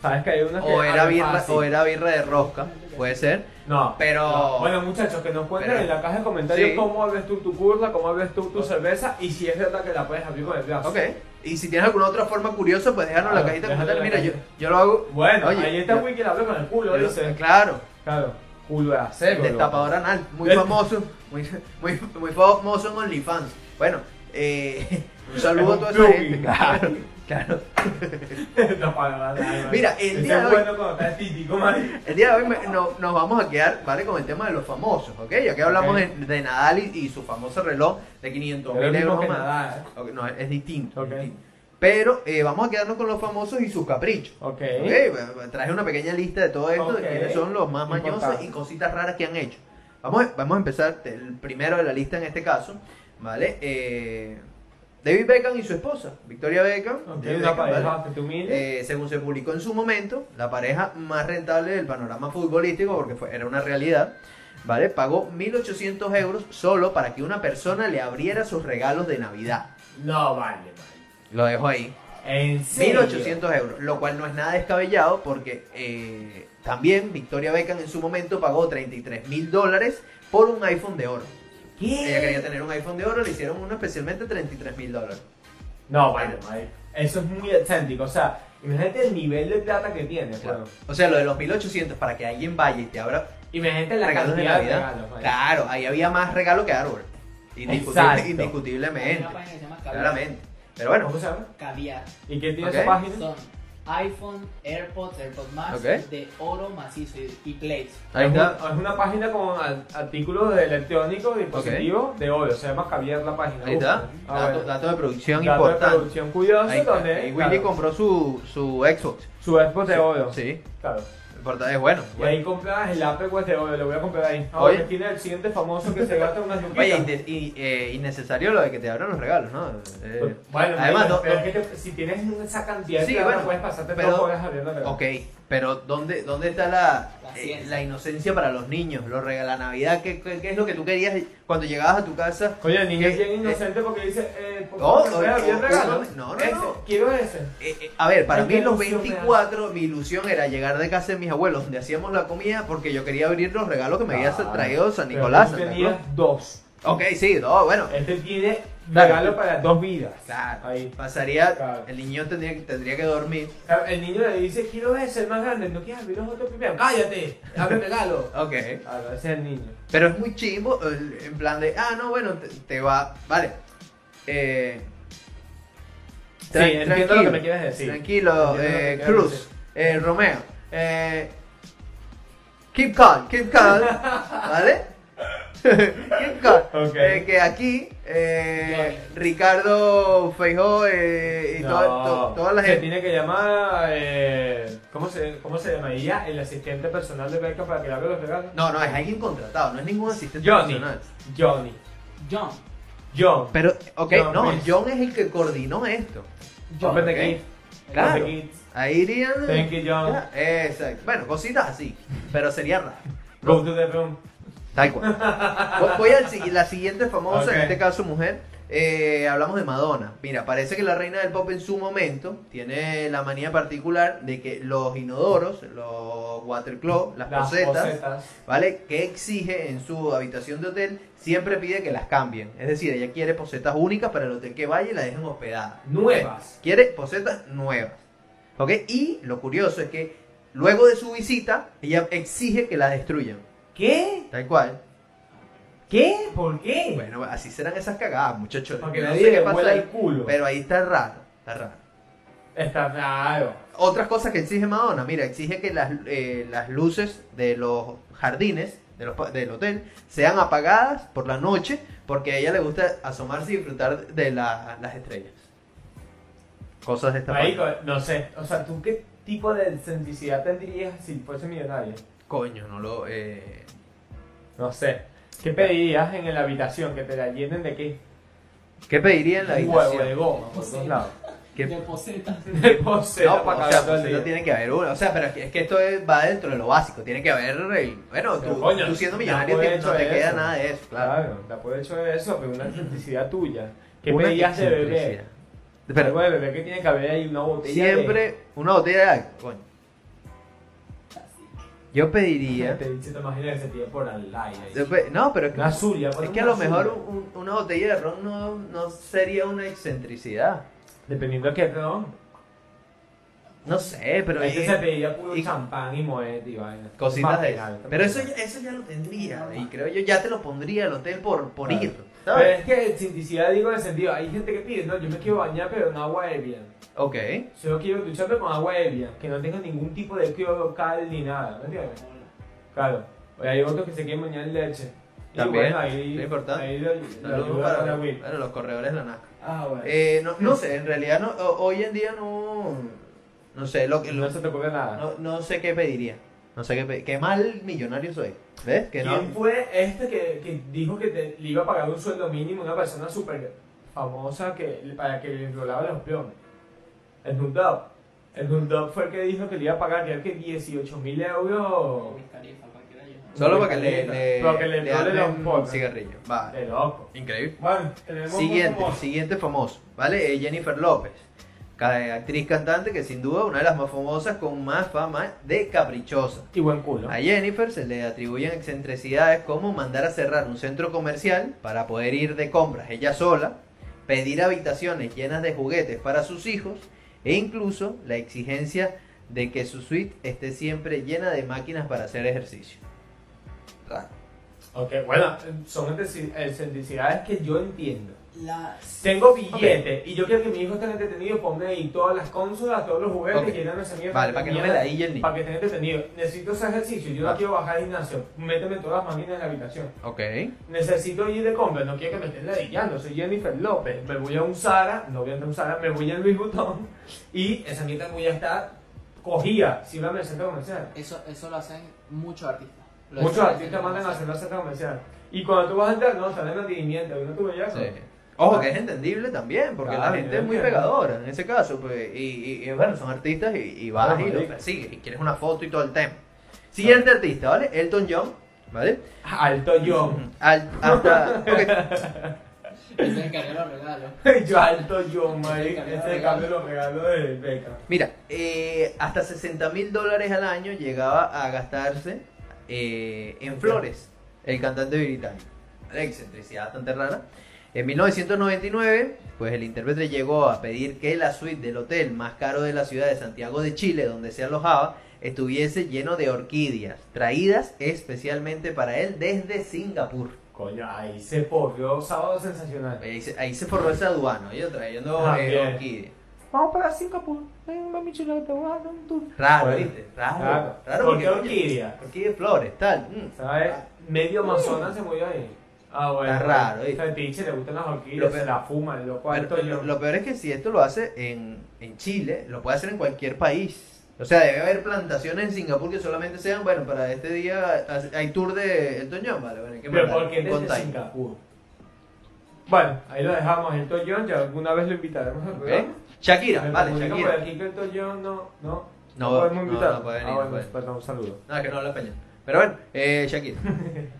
Speaker 1: ¿Sabes que hay una que
Speaker 2: O era
Speaker 1: abre
Speaker 2: birra,
Speaker 1: fácil?
Speaker 2: o era birra de rosca, puede ser.
Speaker 1: No,
Speaker 2: Pero-
Speaker 1: no. Bueno, muchachos, que nos cuenten
Speaker 2: Pero-
Speaker 1: en la caja de comentarios
Speaker 2: Sí.
Speaker 1: cómo abres tú tu curva, cómo abres tú tu cerveza y si es verdad que la puedes abrir con el brazo.
Speaker 2: Ok. Y si tienes alguna otra forma curiosa, pues déjanos en la
Speaker 1: Claro,
Speaker 2: cajita de
Speaker 1: Ah, déjalo en
Speaker 2: comentarios.
Speaker 1: la
Speaker 2: Mira, yo,
Speaker 1: cajita.
Speaker 2: yo lo hago.
Speaker 1: Bueno,
Speaker 2: Oye,
Speaker 1: ahí está ¿eh?
Speaker 2: yo-
Speaker 1: Wiki la habla con el culo,
Speaker 2: yo lo-
Speaker 1: dice.
Speaker 2: Claro.
Speaker 1: Claro, culo de acero.
Speaker 2: El destapador anal, muy
Speaker 1: Eh.
Speaker 2: famoso, muy, muy, muy famoso en OnlyFans. Bueno, eh, un saludo a toda
Speaker 1: Es
Speaker 2: esa
Speaker 1: un
Speaker 2: gente.
Speaker 1: plugin.
Speaker 2: Claro, claro.
Speaker 1: Destapador anal,
Speaker 2: Mira,
Speaker 1: marico.
Speaker 2: el
Speaker 1: Ese
Speaker 2: día
Speaker 1: es
Speaker 2: de hoy-
Speaker 1: bueno cuando estás típico, marico.
Speaker 2: El día de hoy me- no- nos vamos a quedar, ¿vale? Con el tema de los famosos, ¿ok? Ya que hablamos
Speaker 1: Ok.
Speaker 2: de, de Nadal y, y su famoso reloj de 500
Speaker 1: Pero
Speaker 2: mil
Speaker 1: es lo mismo
Speaker 2: euros
Speaker 1: que
Speaker 2: más.
Speaker 1: Nadal.
Speaker 2: Ok, no, es distinto. es
Speaker 1: Ok.
Speaker 2: distinto. Pero eh, vamos a quedarnos con los famosos y sus caprichos.
Speaker 1: Ok.
Speaker 2: Ok, bueno, traje una pequeña lista de todo esto,
Speaker 1: ¿Eh? Ok.
Speaker 2: de quiénes son los más mañosos
Speaker 1: Importante.
Speaker 2: y cositas raras que han hecho. Vamos a, vamos a empezar el primero de la lista en este caso, ¿vale? Eh, David Beckham y su esposa, Victoria Beckham.
Speaker 1: Ok,
Speaker 2: David
Speaker 1: una
Speaker 2: Beckham, ¿vale?
Speaker 1: pareja que te humille.
Speaker 2: Eh, según se publicó en su momento, la pareja más rentable del panorama futbolístico, porque fue- era una realidad, ¿vale? Pagó 1.800 euros solo para que una persona le abriera sus regalos de Navidad.
Speaker 1: No vale, marico.
Speaker 2: Lo dejo ahí.
Speaker 1: En serio.
Speaker 2: 1.800 euros, lo cual no es nada descabellado porque eh, también Victoria Beckham en su momento pagó 33 mil dólares por un iPhone de oro. Ella quería tener un iPhone de oro, le hicieron uno especialmente 33 mil dólares.
Speaker 1: No vale, marico. Eso es muy auténtico. O sea, imagínate el nivel de plata que pues. tienes,
Speaker 2: Claro.
Speaker 1: weón.
Speaker 2: O sea, lo de los 1800 para que alguien vaya y te abra
Speaker 1: Imagínate la
Speaker 2: regalos de
Speaker 1: cantidad de
Speaker 2: Navidad.
Speaker 1: regalos, marico.
Speaker 2: claro, ahí había más regalo que árbol. Indiscutible-
Speaker 1: Exacto.
Speaker 4: Hay
Speaker 2: indiscutiblemente.
Speaker 4: una página que se llama Caviar.
Speaker 2: Claramente. Pero bueno,
Speaker 1: ¿Cómo se llama?
Speaker 4: Caviar.
Speaker 1: ¿Y qué tiene
Speaker 2: Ok.
Speaker 1: esa página?
Speaker 4: Son iPhone, AirPods, AirPods Max
Speaker 2: Ok.
Speaker 4: de oro macizo y, y plates.
Speaker 2: ahí
Speaker 1: es,
Speaker 2: está.
Speaker 1: una, es una página con al- artículos de electrónicos, dispositivos de oro. Se llama Caviar la página.
Speaker 2: Ahí está.
Speaker 1: A ver.
Speaker 2: Dato, dato de producción
Speaker 1: Ah, Dato de
Speaker 2: importante.
Speaker 1: producción curiosa
Speaker 2: Ahí está.
Speaker 1: donde
Speaker 2: Ahí
Speaker 1: claro,
Speaker 2: Willy compró su, su Xbox.
Speaker 1: su Xbox de oro.
Speaker 2: Sí.
Speaker 1: Claro.
Speaker 2: El portátil es bueno.
Speaker 1: Y ahí compras el Apple Watch de oro. Lo voy a comprar ahí. Ahora
Speaker 2: Oye.
Speaker 1: Oye. tiene el siguiente famoso que se gasta unas luquitas.
Speaker 2: Oye, inde- y, eh, innecesario lo de que te abran los regalos, ¿no? Eh,
Speaker 1: bueno,
Speaker 2: además,
Speaker 1: marico,
Speaker 2: no-
Speaker 1: pero es que te- si tienes esa cantidad de
Speaker 2: Sí,
Speaker 1: plata,
Speaker 2: bueno,
Speaker 1: puedes pasarte
Speaker 2: pero-
Speaker 1: dos horas abriendo regalos.
Speaker 2: Ok, pero ¿dónde, dónde está la,
Speaker 4: La
Speaker 2: eh,
Speaker 4: ciencia.
Speaker 2: la inocencia para los niños? Los rega- la Navidad, ¿qué, qué, qué es lo que tú querías cuando llegabas a tu casa?
Speaker 1: Oye, el niño
Speaker 2: ¿Qué?
Speaker 1: es bien inocente porque dice, eh, por
Speaker 2: No,
Speaker 1: favor,
Speaker 2: no,
Speaker 1: ¿me abrí el
Speaker 2: no,
Speaker 1: regalo?
Speaker 2: no, no, no,
Speaker 1: Ese,
Speaker 2: no.
Speaker 1: Quiero ese.
Speaker 2: Eh, eh, a ver, para
Speaker 1: Ay,
Speaker 2: mí
Speaker 1: qué
Speaker 2: los
Speaker 1: ilusión me da.
Speaker 2: 24, mi ilusión era llegar de casa de mis abuelos, donde hacíamos la comida, porque yo quería abrir los regalos que me había
Speaker 1: Claro.
Speaker 2: traído San
Speaker 1: Ah, Pero
Speaker 2: Nicolás.
Speaker 1: tú
Speaker 2: Santa
Speaker 1: tenías
Speaker 2: Claus.
Speaker 1: dos.
Speaker 2: Ok, sí, no, bueno.
Speaker 1: Este tiene
Speaker 2: Claro.
Speaker 1: regalo para dos vidas.
Speaker 2: Claro,
Speaker 1: Ahí.
Speaker 2: pasaría,
Speaker 1: Claro.
Speaker 2: el niño tendría, tendría que dormir.
Speaker 1: Claro, El niño le dice, quiero ese, el más grande. No quieres abrir los otros primero. ¡Cállate! ¡Abre el regalo!
Speaker 2: Ok.
Speaker 1: Claro, Ah, ese es el niño.
Speaker 2: Pero es muy chimbo, el- en plan de, ah, no, bueno, te, te va, vale. Eh,
Speaker 1: Sí, entiendo lo que
Speaker 2: tranquilo,
Speaker 1: me quieres decir. Entiendo
Speaker 2: Tranquilo,
Speaker 1: lo que
Speaker 2: eh,
Speaker 1: quieres decir.
Speaker 2: Cruz, eh, Romeo, eh, keep calm, keep calm, ¿vale? keep calm.
Speaker 1: Ok.
Speaker 2: Eh, que aquí, eh, Ricardo Feijó eh, y toda, to- toda la
Speaker 1: se
Speaker 2: gente.
Speaker 1: tiene que llamar, eh, ¿cómo, se, ¿cómo se llamaría? El asistente personal de Beckham para que le abra los regalos.
Speaker 2: No, no, es alguien contratado, no es ningún asistente
Speaker 1: Johnny.
Speaker 2: personal.
Speaker 1: Johnny.
Speaker 4: John.
Speaker 1: John.
Speaker 2: Pero, ok,
Speaker 1: John
Speaker 2: no,
Speaker 1: Prince.
Speaker 2: John es el que coordinó esto.
Speaker 4: John.
Speaker 1: Open the
Speaker 2: ok.
Speaker 1: gate.
Speaker 2: Claro.
Speaker 1: Open the gate.
Speaker 2: Ahí irían.
Speaker 1: Thank you, John.
Speaker 2: Ya, Exacto. Bueno, cositas así. Pero sería raro.
Speaker 1: Go to the room.
Speaker 2: Tal cual. Voy- Voy a la siguiente famosa,
Speaker 1: Ok.
Speaker 2: en este caso mujer. Eh, hablamos de Madonna. Mira, parece que la reina del pop en su momento tiene la manía particular de que los inodoros, los waterclaw, las,
Speaker 1: Las
Speaker 2: posetas,
Speaker 1: posetas.
Speaker 2: ¿vale? Que exige en su habitación de hotel, siempre pide que las cambien. Es decir, ella quiere posetas únicas para el hotel que vaya y la dejen hospedada.
Speaker 1: Nuevas.
Speaker 2: Quiere posetas nuevas. ¿Ok? Y lo curioso es que luego de su visita, ella exige que las destruyan.
Speaker 1: ¿Qué?
Speaker 2: Tal cual.
Speaker 1: ¿Qué? ¿Por qué?
Speaker 2: Bueno, así serán esas cagadas, muchachos.
Speaker 1: Para que
Speaker 2: No
Speaker 1: nadie
Speaker 2: sé
Speaker 1: le
Speaker 2: qué pasa
Speaker 1: huela
Speaker 2: ahí,
Speaker 1: el culo.
Speaker 2: Pero ahí está raro. Está raro.
Speaker 1: Está raro.
Speaker 2: Otras cosas que exige Madonna, mira, exige que las, eh, las luces de los jardines de los pa- del hotel sean apagadas por la noche porque a ella le gusta asomarse y disfrutar de la- las estrellas. Cosas de esta
Speaker 1: Marico,
Speaker 2: parte.
Speaker 1: no sé. O sea, ¿tú qué tipo de sensibilidad tendrías si fuese millonario?
Speaker 2: Coño, no lo... eh,
Speaker 1: No sé. ¿Qué pedirías en la habitación? ¿Que te la llenen de qué?
Speaker 2: ¿Qué pediría en la
Speaker 1: Un huevo de
Speaker 2: habitación?
Speaker 1: goma por todos lados.
Speaker 2: ¿Qué-
Speaker 4: De posetas.
Speaker 1: De poseta
Speaker 2: No,
Speaker 1: para
Speaker 2: o
Speaker 1: acabar
Speaker 2: sea,
Speaker 1: todo el
Speaker 2: pues, no
Speaker 1: día.
Speaker 2: tiene que haber uno. O sea, pero es que, es que esto es- va dentro de lo básico. Tiene que haber. el- bueno,
Speaker 1: Pero,
Speaker 2: tú,
Speaker 1: coño,
Speaker 2: tú siendo
Speaker 1: ya
Speaker 2: millonario
Speaker 1: fue
Speaker 2: tienes- no
Speaker 1: hecho
Speaker 2: te queda
Speaker 1: eso.
Speaker 2: nada de eso, claro.
Speaker 1: Claro, te aprovecho de eso, pero una autenticidad tuya. ¿Qué
Speaker 2: Una
Speaker 1: pedías de bebé?
Speaker 2: excentricidad.
Speaker 1: Algo
Speaker 2: Pero
Speaker 1: de bebé que tiene que haber ahí una botella. de-
Speaker 2: siempre una botella de agua, coño. Yo pediría.
Speaker 1: Te dice, te imaginas que se pide por al aire.
Speaker 2: yo pe- no, pero es que,
Speaker 1: Una azulia.
Speaker 2: es que a lo mejor un- un- una botella de ron no, no sería una excentricidad.
Speaker 1: Dependiendo de qué ron.
Speaker 2: No sé,
Speaker 1: Pero
Speaker 2: pero.
Speaker 1: ahí
Speaker 2: es-
Speaker 1: se pedía puro
Speaker 2: y-
Speaker 1: champán y moed y vaina.
Speaker 2: Cositas de
Speaker 1: Material.
Speaker 2: Pero eso ya, eso ya lo tendría. Y creo yo ya te lo pondría el hotel por, por
Speaker 1: Claro.
Speaker 2: ir.
Speaker 1: Pero
Speaker 2: ¿Sabes?
Speaker 1: es que excentricidad digo en el sentido, hay gente que pide, no, yo me quiero bañar pero en agua ebria.
Speaker 2: Ok.
Speaker 1: Yo quiero ducharme con agua ebria, que no tenga ningún tipo de cloro local ni nada, ¿me entiendes? Claro. O hay otros que se quieren bañar en leche. Y
Speaker 2: También,
Speaker 1: bueno, ahí,
Speaker 2: es importante.
Speaker 1: Ahí lo, lo
Speaker 2: Saludos
Speaker 1: ayuda
Speaker 2: para,
Speaker 1: la Will.
Speaker 2: para los corredores de la NASCAR.
Speaker 1: Ah, bueno.
Speaker 2: Eh, no, no sé, en realidad no, o- hoy en día no. No sé, lo que.
Speaker 1: no
Speaker 2: lo-
Speaker 1: se te ocurre nada.
Speaker 2: no, no sé qué pediría. No sé qué pediría. Qué mal millonario soy. ¿Ves? Que
Speaker 1: ¿Quién
Speaker 2: no.
Speaker 1: fue este que, que dijo que te, le iba a pagar un sueldo mínimo a una persona súper famosa que, para que le enrolaba los peones? El Snoop Dogg. El Snoop Dogg fue el que dijo que le iba a pagar, creo que 18 mil euros
Speaker 4: Wiz Khalifa, cualquiera de ellos.
Speaker 2: Solo para que le. le
Speaker 1: Para que le dole los
Speaker 2: armen un
Speaker 1: pocos.
Speaker 2: cigarrillo. Va.
Speaker 1: de loco.
Speaker 2: Increíble.
Speaker 1: Bueno, tenemos
Speaker 2: Siguiente,
Speaker 1: como-
Speaker 2: siguiente famoso, ¿vale? Eh, Jennifer López, ca- actriz cantante que sin duda una de las más famosas con más fama de caprichosa.
Speaker 1: Y buen culo.
Speaker 2: A Jennifer se le atribuyen excentricidades como mandar a cerrar un centro comercial para poder ir de compras ella sola, pedir habitaciones llenas de juguetes para sus hijos e incluso la exigencia de que su suite esté siempre llena de máquinas para hacer ejercicio. Raro.
Speaker 1: Ok, bueno, son excentrici- excentricidades que yo entiendo.
Speaker 4: La...
Speaker 1: Tengo billete y yo quiero que mi hijo esté entretenido, ponme ahí todas las consolas, todos los juguetes,
Speaker 2: Ok.
Speaker 1: llenan esa mierda.
Speaker 2: Vale, para que no me la dille el niño.
Speaker 1: Para que estén entretenidos. Necesito hacer ejercicio, yo no
Speaker 2: Vale.
Speaker 1: quiero bajar al gimnasio, méteme todas las máquinas en la habitación.
Speaker 2: Ok.
Speaker 1: Necesito ir de compra, no quiero que me estén ladillando, soy Jennifer López, me voy a un Zara, no voy a un Zara, me voy a Luis Butón y esa mierda voy a estar cogida si va al centro comercial.
Speaker 5: Eso, eso lo hacen muchos artistas. Lo
Speaker 1: Muchos
Speaker 5: hacen-
Speaker 1: artistas mandan a hacer al centro comercial. Y cuando tú vas a entrar, no, están en rendimiento, no tu bellaco.
Speaker 2: Sí. Ojo, que es entendible también, porque
Speaker 1: Claro,
Speaker 2: la gente es muy
Speaker 1: entiendo.
Speaker 2: pegadora en ese caso. Pues, y, y- y bueno, son artistas y, y vas
Speaker 1: Claro,
Speaker 2: y lo
Speaker 1: marico.
Speaker 2: persigues y quieres una foto y todo el tema. Siguiente artista, ¿vale? Elton John, ¿vale?
Speaker 1: Alto yo.
Speaker 2: Al- hasta. ok.
Speaker 5: Ese es el que arregla los regalos.
Speaker 1: yo alto yo, marico.
Speaker 5: Ese
Speaker 1: Este cambio
Speaker 5: cambio
Speaker 1: lo regalo de beca.
Speaker 2: Mira, eh, hasta 60 mil dólares al año llegaba a gastarse eh, en flores el cantante británico. Una Excentricidad bastante rara. En 1999, pues el intérprete llegó a pedir que la suite del hotel más caro de la ciudad de Santiago de Chile, donde se alojaba, estuviese lleno de orquídeas, traídas especialmente para él desde Singapur.
Speaker 1: Coño, ahí se porrió sábado sensacional.
Speaker 2: Ahí se, ahí se formó ese aduano, yo trayendo
Speaker 1: Ah,
Speaker 2: eh,
Speaker 1: bien.
Speaker 2: orquídeas.
Speaker 1: Vamos para Singapur. Ven, mami chula, te voy a dar un tour.
Speaker 2: Raro,
Speaker 1: Bueno,
Speaker 2: ¿viste? Raro.
Speaker 1: Claro.
Speaker 2: raro
Speaker 1: ¿Por qué
Speaker 2: coño,
Speaker 1: orquídea?
Speaker 2: Ah, Orquídea de flores, tal. mm.
Speaker 1: ¿Sabes? Medio Amazonas se murió ahí. Ah, bueno.
Speaker 2: Está raro, ¿viste?
Speaker 1: Este pinche le gustan las
Speaker 2: Lo
Speaker 1: orquídeas,
Speaker 2: pe-
Speaker 1: se la fuman, lo cual.
Speaker 2: Pero lo, lo peor es que si esto lo hace en, en Chile, lo puede hacer en cualquier país. O sea, debe haber plantaciones en Singapur que solamente sean, bueno, para este día ha- hay tour de El Toñón, vale, bueno, hay que
Speaker 1: Pero este
Speaker 2: mandar
Speaker 1: ¿por qué
Speaker 2: con
Speaker 1: desde
Speaker 2: time.
Speaker 1: Singapur? Bueno, ahí lo dejamos. El Toyón, ya alguna vez lo invitaremos al
Speaker 2: Ok.
Speaker 1: programa.
Speaker 2: ¿Eh? Shakira,
Speaker 1: Me
Speaker 2: vale,
Speaker 1: comunico
Speaker 2: Shakira.
Speaker 1: por aquí que el Toyón no. No,
Speaker 2: No,
Speaker 1: podemos
Speaker 2: no,
Speaker 1: invitar.
Speaker 2: no puede venir,
Speaker 1: ah,
Speaker 2: no
Speaker 1: bueno,
Speaker 2: puede.
Speaker 1: perdón, un saludo.
Speaker 2: No, es que no habla español. Pero bueno, eh, Shakira.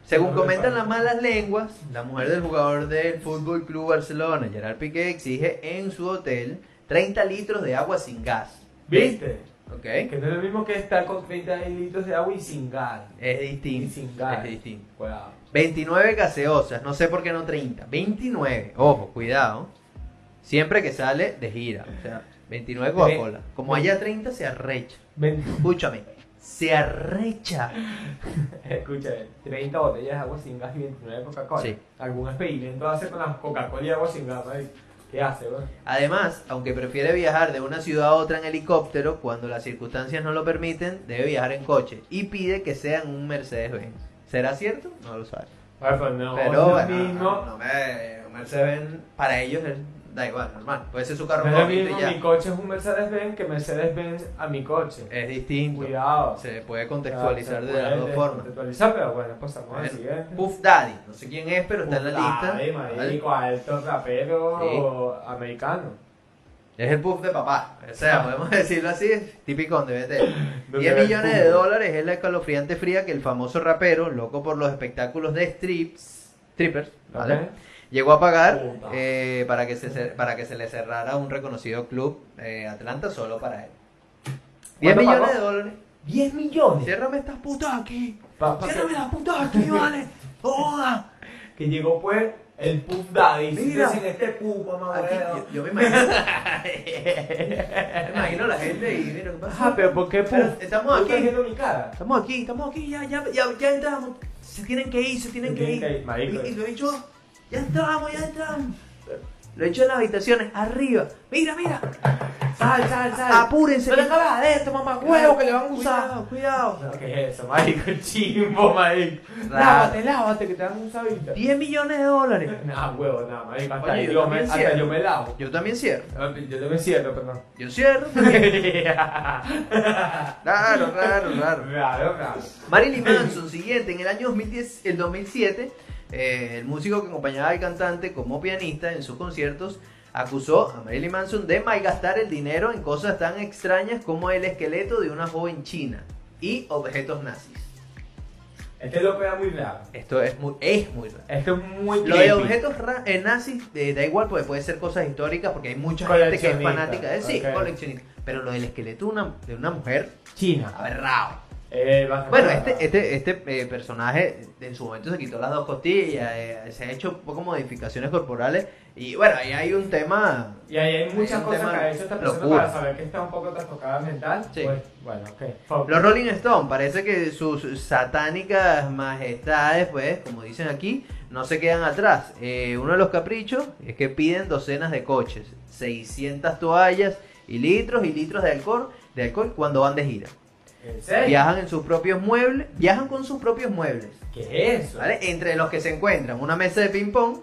Speaker 2: Según comentan las malas lenguas, la mujer del jugador del Fútbol Club Barcelona, Gerard Piqué, exige en su hotel 30 litros de agua sin gas.
Speaker 1: ¿Viste?
Speaker 2: Ok.
Speaker 1: Que no es lo mismo que estar con 30 litros de agua y sin gas.
Speaker 2: Es
Speaker 1: Y
Speaker 2: distinto.
Speaker 1: sin gas.
Speaker 2: Es distinto.
Speaker 1: Cuidado.
Speaker 2: 29 gaseosas, no sé por qué no 30. 29, ojo, cuidado. Siempre que sale de gira. O sea, 29 Coca-Cola. Como haya 30, se arrecha.
Speaker 1: Ven-
Speaker 2: Escúchame, se arrecha.
Speaker 1: Escucha, 30 botellas de agua sin gas y 29 de Coca-Cola.
Speaker 2: Sí.
Speaker 1: Algún experimento hace con las Coca-Cola y agua sin gas. ¿sabes? ¿Qué hace, pues? weón?
Speaker 2: Además, aunque prefiere viajar de una ciudad a otra en helicóptero, cuando las circunstancias no lo permiten, debe viajar en coche. Y pide que sea en un Mercedes-Benz. ¿Será cierto? No lo sabe.
Speaker 1: Bueno, pues no,
Speaker 2: Pero
Speaker 1: no es
Speaker 2: bueno, ah,
Speaker 1: lo mismo.
Speaker 2: no, no me- un Mercedes-Benz para ellos es- da igual, normal. Puede ser su carro
Speaker 1: No es lo
Speaker 2: favorito y
Speaker 1: mismo
Speaker 2: ya.
Speaker 1: mi coche es un Mercedes-Benz que Mercedes-Benz a mi coche.
Speaker 2: Es distinto.
Speaker 1: Cuidado.
Speaker 2: Se puede contextualizar
Speaker 1: O sea,
Speaker 2: de las
Speaker 1: puede
Speaker 2: dos formas.
Speaker 1: Contextualizar, pero bueno, pues pasamos al siguiente.
Speaker 2: Puff Daddy, no sé quién es, pero está en la lista.
Speaker 1: ¿eh? Ay, marico, alto rapero americano.
Speaker 2: Es el puff de papá. O sea, podemos decirlo así, es típico de BT.
Speaker 1: Donde
Speaker 2: 10
Speaker 1: ve el
Speaker 2: millones
Speaker 1: puff.
Speaker 2: de dólares es la escalofriante fría que el famoso rapero, loco por los espectáculos de strips, strippers, ¿vale?
Speaker 1: Ok.
Speaker 2: llegó a pagar
Speaker 1: Puta.
Speaker 2: eh, para, que se, cer- para que se le cerrara un reconocido club eh, Atlanta solo para él. 10
Speaker 1: ¿Cuánto
Speaker 2: millones
Speaker 1: pagó?
Speaker 2: de dólares.
Speaker 1: 10 millones.
Speaker 2: Ciérrame estas putas aquí.
Speaker 1: Pa- pa-
Speaker 2: Ciérrame las putas aquí, vale. Joda.
Speaker 1: Que llegó pues el Puff Daddy.
Speaker 2: Mira.
Speaker 1: sin este Puff, mamá.
Speaker 2: Aquí,
Speaker 1: huevo.
Speaker 2: yo, yo me imagino. me imagino la gente y mira qué pasa.
Speaker 1: Ah, pero ¿por qué
Speaker 2: Pero
Speaker 1: Puff?
Speaker 2: estamos
Speaker 1: ¿Tú estás
Speaker 2: aquí.
Speaker 1: viendo mi cara?
Speaker 2: Estamos aquí, estamos aquí, ya, ya, ya, ya entramos. Se tienen que ir, se tienen
Speaker 1: Se
Speaker 2: que
Speaker 1: tienen que
Speaker 2: ir.
Speaker 1: ir, marico.
Speaker 2: Y, y lo he hecho, ya entramos, ya entramos. Lo he hecho en las habitaciones, arriba. Mira, mira.
Speaker 1: Sal, sal, sal.
Speaker 2: Apúrense.
Speaker 1: No le acabas de esto, mamá. Huevo, que le van a usar.
Speaker 2: Cuidado, cuidado.
Speaker 1: ¿Qué es eso, marico? Chimbo, marico.
Speaker 2: Raro.
Speaker 1: Lávate, lávate, que te van a usar ahorita.
Speaker 2: 10 millones de dólares.
Speaker 1: Nah, huevo, nada, marico. Hasta,
Speaker 2: Oye, yo
Speaker 1: yo, me,
Speaker 2: también
Speaker 1: hasta
Speaker 2: cierro.
Speaker 1: yo me lavo.
Speaker 2: Yo también cierro.
Speaker 1: Yo también cierro, perdón.
Speaker 2: Yo cierro.
Speaker 1: Claro,
Speaker 2: Raro, raro, raro.
Speaker 1: claro.
Speaker 2: Marilyn Manson, siguiente, en el año 2010, el 2007, eh, el músico que acompañaba al cantante como pianista en sus conciertos acusó a Marilyn Manson de malgastar el dinero en cosas tan extrañas como el esqueleto de una joven china y objetos nazis.
Speaker 1: Este lo pega muy raro.
Speaker 2: Esto es muy, es muy raro.
Speaker 1: Este es muy
Speaker 2: Lo de
Speaker 1: creepy.
Speaker 2: objetos ra- eh, nazis eh, da igual, porque puede ser cosas históricas, porque hay mucha gente que es
Speaker 1: Coleccionista,
Speaker 2: fanática de sí,
Speaker 1: ok.
Speaker 2: coleccionista. Pero lo del esqueleto de una, de una mujer,
Speaker 1: China.
Speaker 2: aberrado.
Speaker 1: Eh, bastante
Speaker 2: Bueno,
Speaker 1: raro.
Speaker 2: este, este, este eh, personaje en su momento se quitó las dos costillas, eh, se ha hecho poco modificaciones corporales y bueno, ahí hay un tema...
Speaker 1: Y ahí hay muchas
Speaker 2: un
Speaker 1: cosas
Speaker 2: tema
Speaker 1: que ha hecho esta persona
Speaker 2: locura.
Speaker 1: para saber que está un poco trastocada mental.
Speaker 2: Sí.
Speaker 1: Pues, bueno, ok.
Speaker 2: Los Rolling Stone, parece que sus satánicas majestades, pues, como dicen aquí, no se quedan atrás. Eh, uno de los caprichos es que piden docenas de coches, 600 toallas y litros y litros de alcohol, de alcohol cuando van de gira.
Speaker 1: ¿En serio?
Speaker 2: Viajan en sus propios muebles, viajan con sus propios muebles,
Speaker 1: ¿Qué es eso?
Speaker 2: ¿vale? Entre los que se encuentran una mesa de ping pong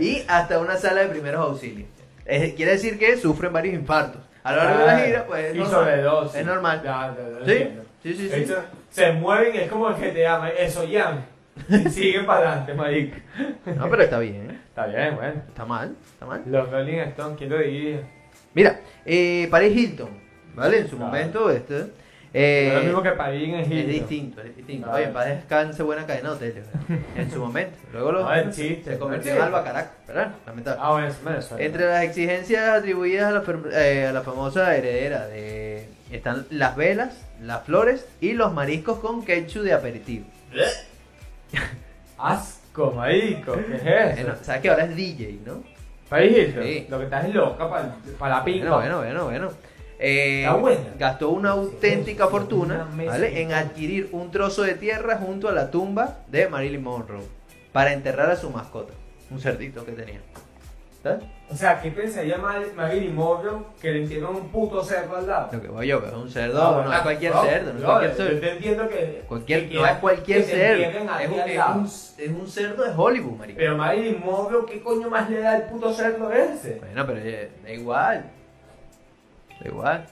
Speaker 2: y hasta una sala de primeros auxilios. Eh, quiere decir que sufren varios infartos. A lo largo de la gira, pues,
Speaker 1: Ah, Y
Speaker 2: no-
Speaker 1: sobredosis.
Speaker 2: es normal.
Speaker 1: Ya, ya, ya,
Speaker 2: Sí,
Speaker 1: entiendo.
Speaker 2: sí, sí, sí.
Speaker 1: Esto- se mueven y es como el que te ama, eso ya. Y siguen para adelante, marico.
Speaker 2: No, pero está bien, ¿eh?
Speaker 1: Está bien, bueno.
Speaker 2: está mal, está mal.
Speaker 1: Los Rolling Stones, ¿quién lo diría?
Speaker 2: Mira, eh, Paris Hilton, ¿vale? En su
Speaker 1: Claro.
Speaker 2: momento, este.
Speaker 1: No
Speaker 2: eh,
Speaker 1: es lo mismo que Parín en
Speaker 2: es
Speaker 1: Egipto.
Speaker 2: distinto, es distinto.
Speaker 1: Claro.
Speaker 2: Oye, para descanse buena cadena de hoteles, ¿verdad? en su momento. Luego lo,
Speaker 1: No, es chiste,
Speaker 2: se convirtió
Speaker 1: es chiste.
Speaker 2: en albacarac, ¿verdad? Lamentable.
Speaker 1: Ah, bueno, es Venezuela.
Speaker 2: Entre las exigencias atribuidas a la, fer- eh, a la famosa heredera de, están las velas, las flores y los mariscos con ketchup de aperitivo.
Speaker 1: Asco, marico, ¿qué es
Speaker 2: Eh,
Speaker 1: eso?
Speaker 2: no, Sabes que ahora es DJ, ¿no?
Speaker 1: Paris Hilton,
Speaker 2: Sí.
Speaker 1: lo que estás es loca para la pinta.
Speaker 2: Bueno, bueno, bueno, bueno. Eh,
Speaker 1: Está buena.
Speaker 2: Gastó una auténtica
Speaker 1: Sí,
Speaker 2: fortuna
Speaker 1: una mesa
Speaker 2: ¿vale?
Speaker 1: de
Speaker 2: en
Speaker 1: pan.
Speaker 2: adquirir un trozo de tierra junto a la tumba de Marilyn Monroe para enterrar a su mascota, un cerdito que tenía. ¿Sabes?
Speaker 1: O sea, ¿qué pensaría Mar- Marilyn Monroe que le entierran un puto cerdo al lado?
Speaker 2: Lo que voy yo, que es un cerdo,
Speaker 1: Ah, bueno,
Speaker 2: no es cualquier
Speaker 1: no,
Speaker 2: cerdo, no es
Speaker 1: no,
Speaker 2: cualquier
Speaker 1: yo
Speaker 2: cerdo.
Speaker 1: te entiendo que.
Speaker 2: Cualquier,
Speaker 1: que
Speaker 2: no es
Speaker 1: quieran
Speaker 2: cualquier
Speaker 1: que te entierren
Speaker 2: cerdo,
Speaker 1: a
Speaker 2: es
Speaker 1: ti
Speaker 2: un,
Speaker 1: al
Speaker 2: es
Speaker 1: lado.
Speaker 2: un- es un cerdo de Hollywood, marico.
Speaker 1: Pero Marilyn Monroe, ¿qué coño más le da el puto cerdo ese?
Speaker 2: Bueno, pero eh, da igual. Da igual.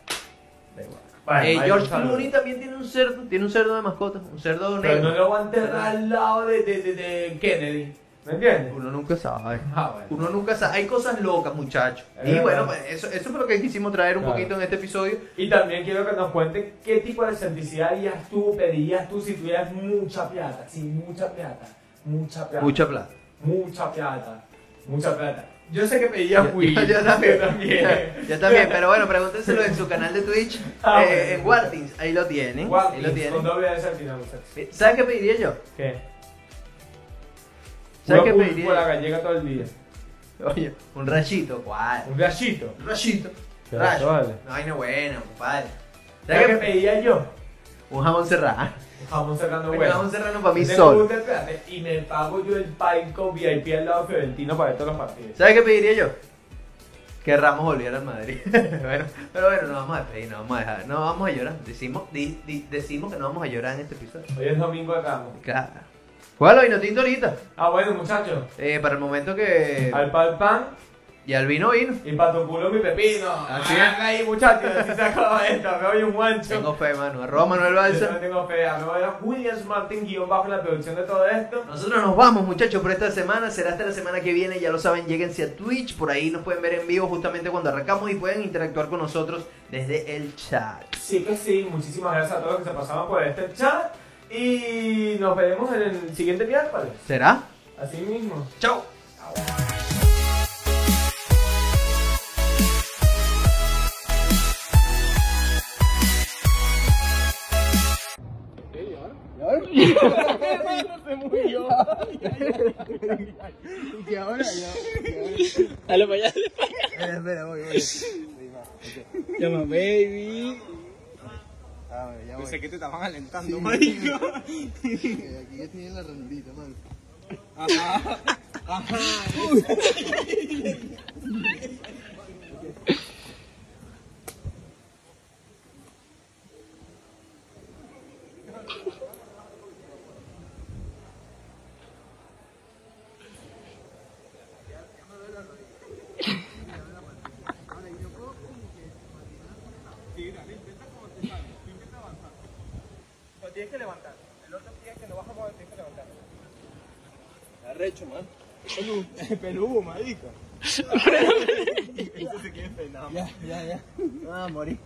Speaker 2: Da igual.
Speaker 1: Bueno,
Speaker 2: Eh,
Speaker 1: Marilyn
Speaker 2: George
Speaker 1: Monroe.
Speaker 2: Clooney también tiene un cerdo, tiene un cerdo de mascota, un cerdo
Speaker 1: Pero
Speaker 2: negro.
Speaker 1: no lo va a enterrar al lado de, de, de, de Kennedy. ¿Me entiendes?
Speaker 2: Uno nunca sabe.
Speaker 1: Ah, bueno.
Speaker 2: Uno nunca sabe. Hay cosas locas, muchachos.
Speaker 1: Es
Speaker 2: Y
Speaker 1: verdad.
Speaker 2: bueno, pues, eso, eso fue lo que quisimos traer un
Speaker 1: Claro.
Speaker 2: poquito en este episodio.
Speaker 1: Y también quiero que nos cuenten qué tipo de excentricidad harías tú, pedirías tú si tuvieras mucha plata. Sí, mucha plata. Mucha plata.
Speaker 2: Mucha plata.
Speaker 1: Mucha plata. Mucha plata. Yo sé que pedía Wii.
Speaker 2: yo también.
Speaker 1: Yo también.
Speaker 2: Yo también, pero bueno, pregúntenselo en su canal de Twitch.
Speaker 1: Ah,
Speaker 2: eh,
Speaker 1: bueno.
Speaker 2: En Wartins, ahí lo tienen.
Speaker 1: Guau,
Speaker 2: ahí lo tienen.
Speaker 1: Con doble S al final, muchachos.
Speaker 2: Eh, ¿Sabes qué pediría yo?
Speaker 1: ¿Qué?
Speaker 2: ¿Sabes
Speaker 1: Puro
Speaker 2: qué
Speaker 1: pulpo
Speaker 2: pediría?
Speaker 1: a la gallega todo el día.
Speaker 2: Oye, un rachito, ¿cuál?
Speaker 1: Un gallito.
Speaker 2: Un rachito.
Speaker 1: Pero
Speaker 2: Rayo.
Speaker 1: vale.
Speaker 2: No, ay, no, bueno, compadre.
Speaker 1: ¿Sabes
Speaker 2: ¿Sabes
Speaker 1: qué
Speaker 2: qué?
Speaker 1: pedía yo?
Speaker 2: Un jamón serrano.
Speaker 1: Un jamón cerrando
Speaker 2: Un
Speaker 1: huevo.
Speaker 2: jamón serrano para mí
Speaker 1: Tengo
Speaker 2: solo.
Speaker 1: un desplante Y me pago yo el palco VIP al lado fiorentino para ver todos los partidos.
Speaker 2: ¿Sabes qué pediría yo? Que Ramos volviera al Madrid. Bueno, pero bueno, no vamos a despedir, no vamos a dejar, no vamos a llorar. Decimos, di- di- decimos que no vamos a llorar en este episodio.
Speaker 1: Hoy es domingo de Ramos.
Speaker 2: Claro. ¿Cuál vino tinto ahorita?
Speaker 1: Ah, bueno, muchachos.
Speaker 2: Eh, para el momento que.
Speaker 1: Al pan pan
Speaker 2: Y al vino vino.
Speaker 1: y para tu culo mi pepino.
Speaker 2: Así es.
Speaker 1: Hagan ahí, muchachos. Si se acaba esto, me voy un guancho.
Speaker 2: Tengo fe, mano. Arroba Manuel
Speaker 1: Yo no
Speaker 2: Balsa.
Speaker 1: tengo fe. Me voy a Williams Martin guión bajo en la producción de todo esto.
Speaker 2: Nosotros nos vamos, muchachos, por esta semana. Será hasta la semana que viene. Ya lo saben, lléguense a Twitch. Por ahí nos pueden ver en vivo justamente cuando arrancamos y pueden interactuar con nosotros desde el chat.
Speaker 1: Sí que sí. Muchísimas gracias a todos los que se pasaron por este chat. Y nos veremos en el siguiente miércoles.
Speaker 2: ¿Será?
Speaker 1: Así mismo.
Speaker 2: ¡Chao!
Speaker 5: Dale para allá, dale para allá.
Speaker 6: Eh,
Speaker 5: Espera, voy, voy. Llama baby.
Speaker 6: Ah,
Speaker 5: Pensé que te estaban alentando, marico.
Speaker 6: Aquí ya tienen la ranurita, mano. Arrecho, man. Peludo, peludo, marica. Eso se queda Ya, ya, ya. Ah, morí.